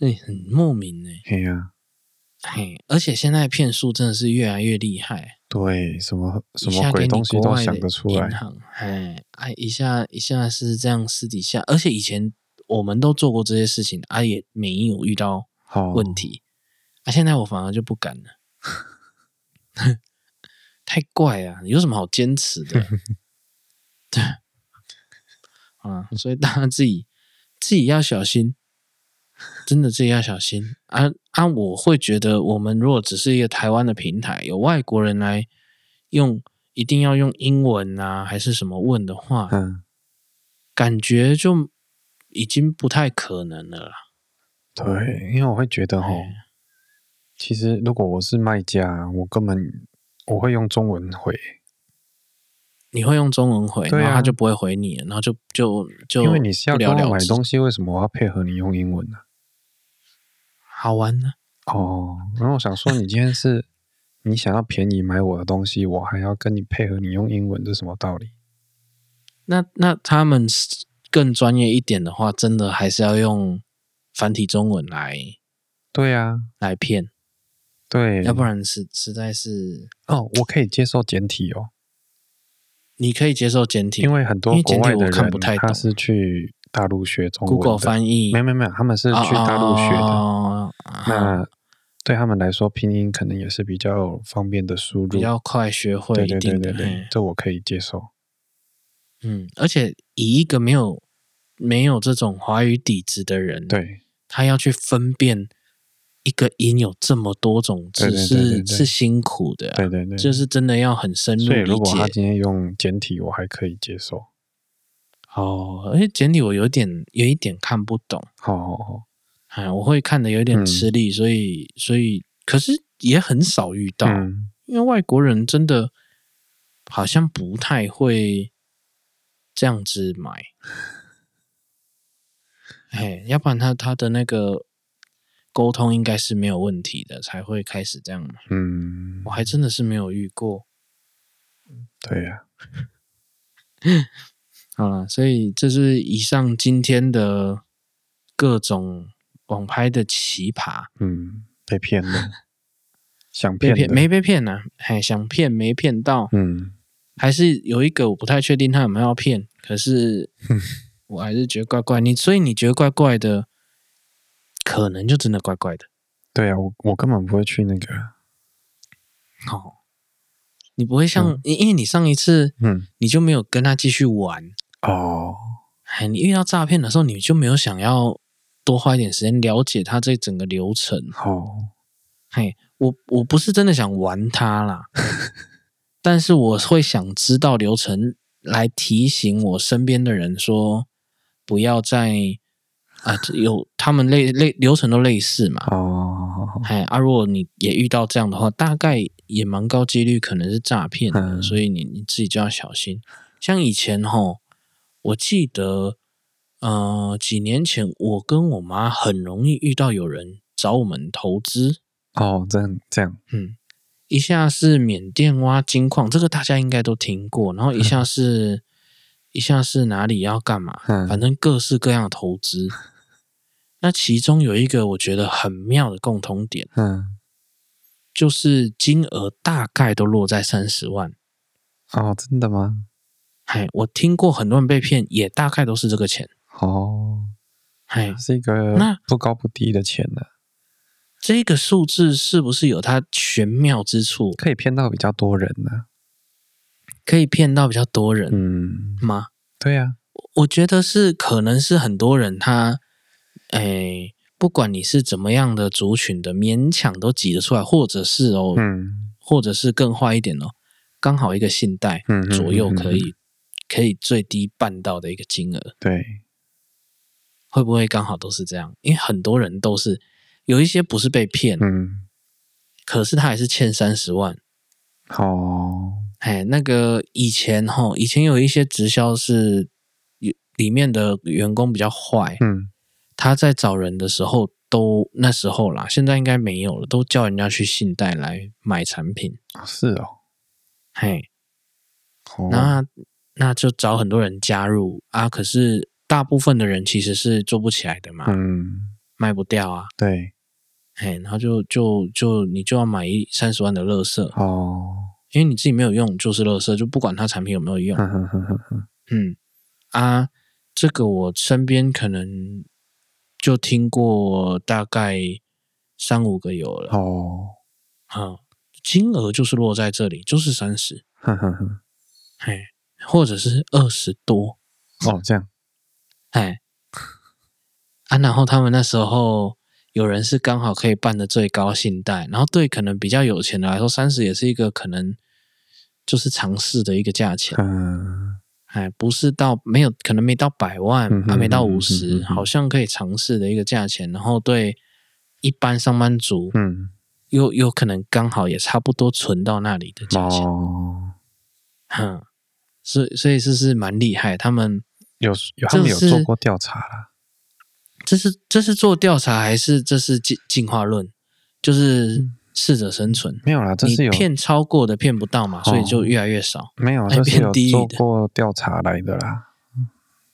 Speaker 1: 哎，很莫名哎、
Speaker 2: 嘿呀、
Speaker 1: 嘿，而且现在骗术真的是越来越厉害，
Speaker 2: 对，什么什
Speaker 1: 一下
Speaker 2: 么
Speaker 1: 给
Speaker 2: 鬼
Speaker 1: 你
Speaker 2: 东西
Speaker 1: 国
Speaker 2: 都
Speaker 1: 外的
Speaker 2: 想得出
Speaker 1: 银
Speaker 2: 来，
Speaker 1: 行，哎，哎，一下一下是这样私底下，而且以前我们都做过这些事情，啊，也没有遇到
Speaker 2: 好、
Speaker 1: 问题，啊，现在我反而就不敢了， 太怪啊！有什么好坚持的？对，啊，所以大家自己自己要小心，真的自己要小心啊啊！我会觉得，我们如果只是一个台湾的平台，有外国人来用，一定要用英文啊，还是什么问的话，
Speaker 2: 嗯，
Speaker 1: 感觉就已经不太可能了啦。
Speaker 2: 对，因为我会觉得吼，
Speaker 1: 哎
Speaker 2: 其实如果我是卖家，我根本我会用中文回，
Speaker 1: 你会用中文回，
Speaker 2: 对啊
Speaker 1: 然后他就不会回你了，然后就就就
Speaker 2: 因为你是要
Speaker 1: 不
Speaker 2: 跟
Speaker 1: 了
Speaker 2: 我
Speaker 1: 了
Speaker 2: 买
Speaker 1: 之，
Speaker 2: 东西，为什么我要配合你用英文呢、
Speaker 1: 好玩呢、
Speaker 2: 哦，然后我想说，你今天是你想要便宜买我的东西，我还要跟你配合你用英文，这什么道理？
Speaker 1: 那那他们是更专业一点的话，真的还是要用繁体中文来
Speaker 2: 对呀、啊，
Speaker 1: 来骗，
Speaker 2: 对，
Speaker 1: 要不然实实在是
Speaker 2: 哦，我可以接受简体哦，
Speaker 1: 你可以接受简体
Speaker 2: 因为很多
Speaker 1: 因为
Speaker 2: 国
Speaker 1: 简体
Speaker 2: 外
Speaker 1: 我
Speaker 2: 的
Speaker 1: 看
Speaker 2: 人
Speaker 1: 不太
Speaker 2: 他
Speaker 1: 懂
Speaker 2: 是去大陆学中文的
Speaker 1: ，Google 翻译
Speaker 2: 没有没有没有，他们是去大陆学的。
Speaker 1: 哦啊
Speaker 2: 那对他们来说，拼音可能也是比较方便的输入。
Speaker 1: 比较快学会
Speaker 2: 对
Speaker 1: 一
Speaker 2: 对对
Speaker 1: 定
Speaker 2: 对
Speaker 1: 的，
Speaker 2: 对
Speaker 1: 嘿，
Speaker 2: 这我可以接受。
Speaker 1: 嗯，而且以一个没有没有这种华语底子的人，
Speaker 2: 对
Speaker 1: 他要去分辨一个音有这么多种字
Speaker 2: 对对对
Speaker 1: 是
Speaker 2: 对对
Speaker 1: 是辛苦的、啊，
Speaker 2: 对对对，
Speaker 1: 就是真的要很深入
Speaker 2: 所以
Speaker 1: 理
Speaker 2: 如果他
Speaker 1: 解。
Speaker 2: 今天用简体，我还可以接受。
Speaker 1: 哦，而且简体我有点有一点看不懂，
Speaker 2: 好好好，
Speaker 1: 哎，我会看的有
Speaker 2: 嗯
Speaker 1: 点吃力，所以所以可是也很少遇到，
Speaker 2: 嗯，
Speaker 1: 因为外国人真的好像不太会这样子买，哎，要不然他他的那个沟通应该是没有问题的，才会开始这样买。
Speaker 2: 嗯
Speaker 1: 我，还真的是没有遇过。
Speaker 2: 对呀、
Speaker 1: 好了，所以这是以上今天的各种网拍的奇葩，
Speaker 2: 嗯，被骗了，想
Speaker 1: 被
Speaker 2: 骗
Speaker 1: 骗
Speaker 2: 的，
Speaker 1: 没被骗呢、还想骗没骗到，
Speaker 2: 嗯，
Speaker 1: 还是有一个我不太确定他有没有要骗，可是我还是觉得怪怪。你所以你觉得怪怪的，可能就真的怪怪的。
Speaker 2: 对呀、我我根本不会去那个，
Speaker 1: 哦，你不会像、因因为你上一次
Speaker 2: 嗯，
Speaker 1: 你就没有跟他继续玩，
Speaker 2: 哦，
Speaker 1: 哎，你遇到诈骗的时候，你就没有想要多花一点时间了解他这整个流程。
Speaker 2: 好，
Speaker 1: 嘿，我我不是真的想玩他啦，但是我会想知道流程，来提醒我身边的人说，不要再啊、这有他们类类流程都类似嘛。
Speaker 2: 哦，
Speaker 1: 哎，啊，如果你也遇到这样的话，大概也蛮高几率可能是诈骗的，
Speaker 2: 嗯
Speaker 1: 所以你你自己就要小心。像以前吼，我记得，呃，几年前我跟我妈很容易遇到有人找我们投资，
Speaker 2: 哦，这样这样，
Speaker 1: 嗯，一下是缅甸挖金矿，这个大家应该都听过，然后一下是，一下是哪里要干嘛，
Speaker 2: 嗯
Speaker 1: 反正各式各样的投 资。那其中有一个我觉得很妙的共同点，
Speaker 2: 嗯，
Speaker 1: 就是金额大概都落在三十万。
Speaker 2: 哦，真的吗？
Speaker 1: 哎，我听过很多人被骗，也大概都是这个钱。
Speaker 2: 哦，
Speaker 1: 哎，
Speaker 2: 是一个
Speaker 1: 那
Speaker 2: 不高不低的钱呢、
Speaker 1: 这个数字是不是有它玄妙之处，
Speaker 2: 可以骗到比较多人呢、
Speaker 1: 可以骗到比较多人
Speaker 2: 嗯，
Speaker 1: 吗？
Speaker 2: 对呀、
Speaker 1: 我觉得是可能是很多人他，哎，不管你是怎么样的族群的，勉强都挤得出来，或者是哦，
Speaker 2: 嗯
Speaker 1: 或者是更坏一点哦，刚好一个信贷
Speaker 2: 嗯嗯
Speaker 1: 左右可
Speaker 2: 嗯
Speaker 1: 以可以最低办到的一个金额，
Speaker 2: 对，
Speaker 1: 会不会刚好都是这样？因为很多人都是有一些不是被骗，
Speaker 2: 嗯，
Speaker 1: 可是他还是欠三十万。
Speaker 2: 哦，
Speaker 1: 哎，那个以前哈，以前有一些直销是有里面的员工比较坏，
Speaker 2: 嗯
Speaker 1: 他在找人的时候都那时候啦，现在应该没有了，都叫人家去信贷来买产品。
Speaker 2: 是哦，
Speaker 1: 嘿，
Speaker 2: 哦，
Speaker 1: 那那就找很多人加入啊，可是大部分的人其实是做不起来的嘛，
Speaker 2: 嗯，
Speaker 1: 卖不掉啊。
Speaker 2: 对，
Speaker 1: 嘿，然后就就就你就要买一三十万的垃圾，
Speaker 2: 哦，
Speaker 1: 因为你自己没有用就是垃圾，就不管它产品有没有用。
Speaker 2: 哼哼哼哼哼，
Speaker 1: 嗯啊，这个我身边可能就听过大概三五个有了。
Speaker 2: 哦，
Speaker 1: 啊，金额就是落在这里，就是三十，
Speaker 2: 哼哼哼，
Speaker 1: 哎，或者是二十多，
Speaker 2: 哦，这样，
Speaker 1: 哎，啊，然后他们那时候有人是刚好可以办的最高信贷，然后对可能比较有钱的来说，三十也是一个可能就是尝试的一个价钱，
Speaker 2: 嗯，
Speaker 1: 哎，不是到没有可能没到百万
Speaker 2: 嗯，哼
Speaker 1: 啊，没到
Speaker 2: 嗯哼
Speaker 1: 五
Speaker 2: 嗯
Speaker 1: 十，
Speaker 2: 哼
Speaker 1: 好像可以尝试的一个价钱，然后对一般上班族
Speaker 2: 嗯，
Speaker 1: 又有可能刚好也差不多存到那里的价钱。
Speaker 2: 哦，
Speaker 1: 哼，嗯所以所以这是蛮厉害。他们
Speaker 2: 有有他们有
Speaker 1: 这是
Speaker 2: 做过调查啦，
Speaker 1: 这是这是做调查还是这是进进化论？就是适者生存。
Speaker 2: 没有啦，嗯这是
Speaker 1: 你
Speaker 2: 有
Speaker 1: 骗超过的骗不到嘛，所以就
Speaker 2: 哦
Speaker 1: 越来越少。
Speaker 2: 没有，
Speaker 1: 哎
Speaker 2: 这是
Speaker 1: 变
Speaker 2: 有
Speaker 1: 低
Speaker 2: 做
Speaker 1: 的
Speaker 2: 过调查来的啦，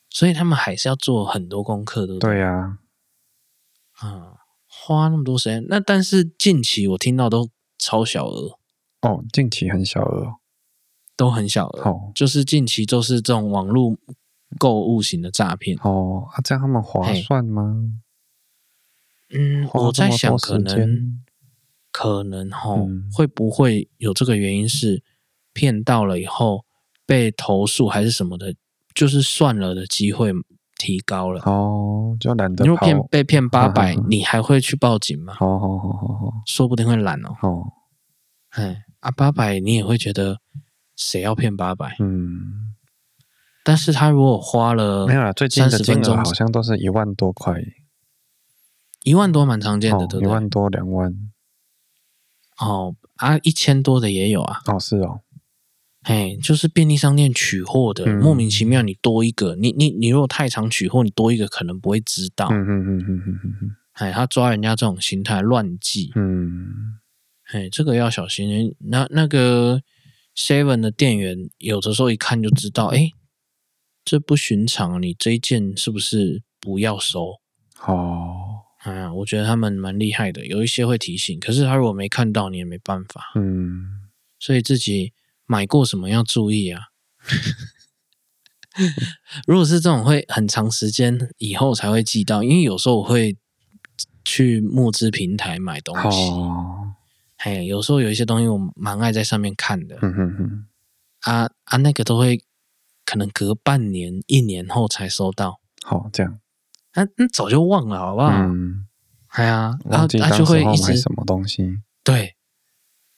Speaker 1: 所以他们还是要做很多功课，对不对？
Speaker 2: 对呀、
Speaker 1: 啊、花那么多时间。那但是近期我听到都超小额，
Speaker 2: 哦，近期很小额哦，
Speaker 1: 都很小额，
Speaker 2: 哦
Speaker 1: 就是近期都是这种网络购物型的诈骗。
Speaker 2: 哦，啊，这样他们划
Speaker 1: 嘿
Speaker 2: 算吗？
Speaker 1: 嗯，
Speaker 2: 花
Speaker 1: 我
Speaker 2: 这
Speaker 1: 在
Speaker 2: 么
Speaker 1: 想
Speaker 2: 多
Speaker 1: 可
Speaker 2: 时
Speaker 1: 能。
Speaker 2: 间，
Speaker 1: 可能哈、
Speaker 2: 嗯
Speaker 1: 会不会有这个原因是骗到了以后被投诉还是什么的，就是算了的机会提高了。
Speaker 2: 哦，就懒得
Speaker 1: 你如
Speaker 2: 跑
Speaker 1: 果，骗被骗八百、
Speaker 2: 嗯嗯嗯
Speaker 1: 你还会去报警吗？
Speaker 2: 好好好好好，
Speaker 1: 说不定会懒哦。
Speaker 2: 哦，
Speaker 1: 哎，啊，八百你也会觉得谁要骗八百？
Speaker 2: 嗯。
Speaker 1: 但是他如果花了
Speaker 2: 没有啦，最近的
Speaker 1: 30
Speaker 2: 金
Speaker 1: 分
Speaker 2: 额
Speaker 1: 钟
Speaker 2: 好像都是一万多块，
Speaker 1: 一万多，蛮常见的，
Speaker 2: 哦，
Speaker 1: 对
Speaker 2: 一
Speaker 1: 不对？
Speaker 2: 万多两万，
Speaker 1: 哦啊，一千多的也有啊。
Speaker 2: 哦是哦，
Speaker 1: 哎，就是便利商店取货的，
Speaker 2: 嗯
Speaker 1: 莫名其妙你多一个，你你你如果太常取货，你多一个可能不会知道。
Speaker 2: 嗯嗯嗯嗯嗯嗯
Speaker 1: 哎，他抓人家这种心态乱记，
Speaker 2: 嗯，
Speaker 1: 哎，这个要小心。那那个 Seven 的店员，有的时候一看就知道，哎，这不寻常，你这一件是不是不要收？
Speaker 2: 哦，
Speaker 1: 啊，我觉得他们蛮厉害的，有一些会提醒，可是他如果没看到，你也没办法。
Speaker 2: 嗯，
Speaker 1: 所以自己买过什么要注意啊。 如果是这种会很长时间以后才会记到，因为有时候我会去募资平台买东西，
Speaker 2: 哦，
Speaker 1: 嘿，哎有时候有一些东西我蛮爱在上面看的，
Speaker 2: 嗯哼哼，
Speaker 1: 啊啊，那个都会可能隔半年、一年后才收到，
Speaker 2: 好这样，
Speaker 1: 啊，那早就忘了，好不好？
Speaker 2: 嗯，
Speaker 1: 哎呀，啊
Speaker 2: 忘记
Speaker 1: 啊
Speaker 2: 当
Speaker 1: 就
Speaker 2: 时候
Speaker 1: 会
Speaker 2: 买
Speaker 1: 一直
Speaker 2: 什么东西，
Speaker 1: 对，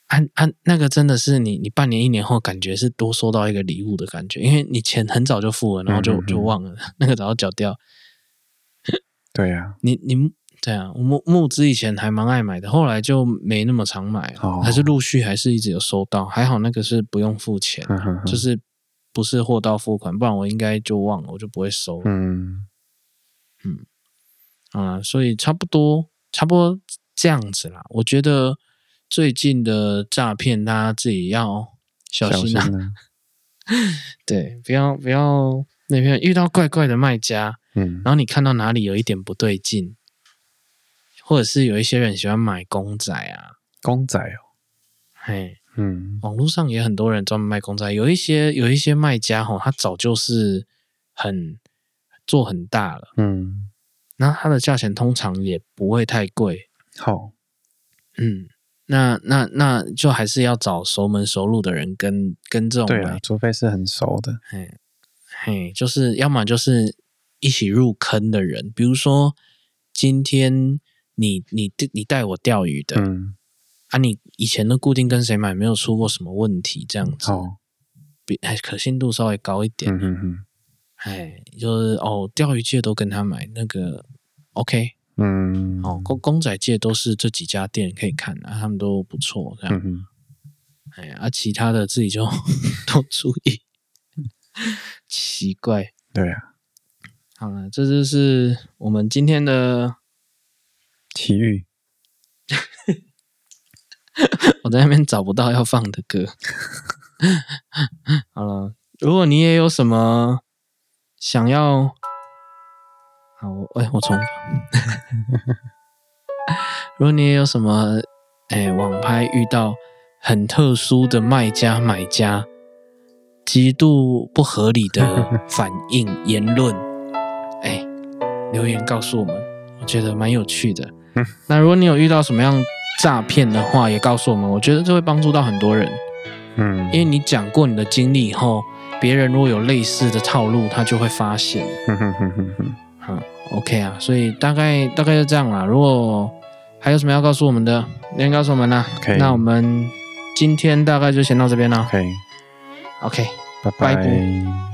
Speaker 1: 啊啊，那个真的是你，你半年一年后感觉是多收到一个礼物的感觉，因为你钱很早就付了，然后就
Speaker 2: 嗯嗯嗯
Speaker 1: 就忘了， 那个早就缴掉。
Speaker 2: 对呀，
Speaker 1: 你你对啊，我募募资以前还蛮爱买的，后来就没那么常买了，
Speaker 2: 哦
Speaker 1: 还是陆续还是一直有收到，还好那个是不用付钱，
Speaker 2: 嗯哼哼
Speaker 1: 就是不是货到付款，不然我应该就忘了，我就不会收了
Speaker 2: 嗯，
Speaker 1: 啊、所以差不多差不多这样子啦。我觉得最近的诈骗大家自己要小
Speaker 2: 小
Speaker 1: 心
Speaker 2: 心
Speaker 1: 啊！
Speaker 2: 啊，
Speaker 1: 对，不要不要那边遇到怪怪的卖家，
Speaker 2: 嗯，
Speaker 1: 然后你看到哪里有一点不对劲，或者是有一些人喜欢买公仔啊，
Speaker 2: 公仔哦，
Speaker 1: 嘿，
Speaker 2: 嗯，
Speaker 1: 网络上也很多人专门卖公仔，有一些有一些卖家吼，他早就是很做很大了，
Speaker 2: 嗯，
Speaker 1: 然后它的价钱通常也不会太贵，
Speaker 2: 好，
Speaker 1: 嗯。那那那就还是要找熟门熟路的人跟跟这种
Speaker 2: 对
Speaker 1: 买
Speaker 2: 啊，除非是很熟的，
Speaker 1: 嘿，嘿，就是要么就是一起入坑的人，比如说今天你你你带我钓鱼的、
Speaker 2: 嗯，
Speaker 1: 啊，你以前都固定跟谁买，没有出过什么问题，这样子，
Speaker 2: 好，
Speaker 1: 比哎可信度稍微高一点
Speaker 2: 嗯，嗯嗯
Speaker 1: 哎、就是哦，钓鱼界都跟他买那个。OK，
Speaker 2: 嗯，
Speaker 1: 哦，公公仔界都是这几家店可以看啊，他们都不错，这样，
Speaker 2: 嗯
Speaker 1: 哎、
Speaker 2: 嗯，
Speaker 1: 啊，其他的自己就 多注意， 奇怪，
Speaker 2: 对啊，
Speaker 1: 好了，这就是我们今天的。
Speaker 2: 奇遇，
Speaker 1: 我在那边找不到要放的歌。 好了，如果你也有什么想要，好，我哎、我重放。 如果你也有什么哎、网拍遇到很特殊的卖家买家极度不合理的反应言论，哎、留言告诉我们，我觉得蛮有趣的。那如果你有遇到什么样诈骗的话，也告诉我们，我觉得这会帮助到很多人，
Speaker 2: 嗯，
Speaker 1: 因为你讲过你的经历以后，别人如果有类似的套路，他就会发现。
Speaker 2: 嗯哼哼哼哼，
Speaker 1: 嗯，OK 啊，所以大概大概就这样啦。如果还有什么要告诉我们的，留言告诉我们啦。
Speaker 2: OK
Speaker 1: 那我们今天大概就先到这边啦。
Speaker 2: ，OK，
Speaker 1: OK，
Speaker 2: 拜
Speaker 1: 拜
Speaker 2: 拜。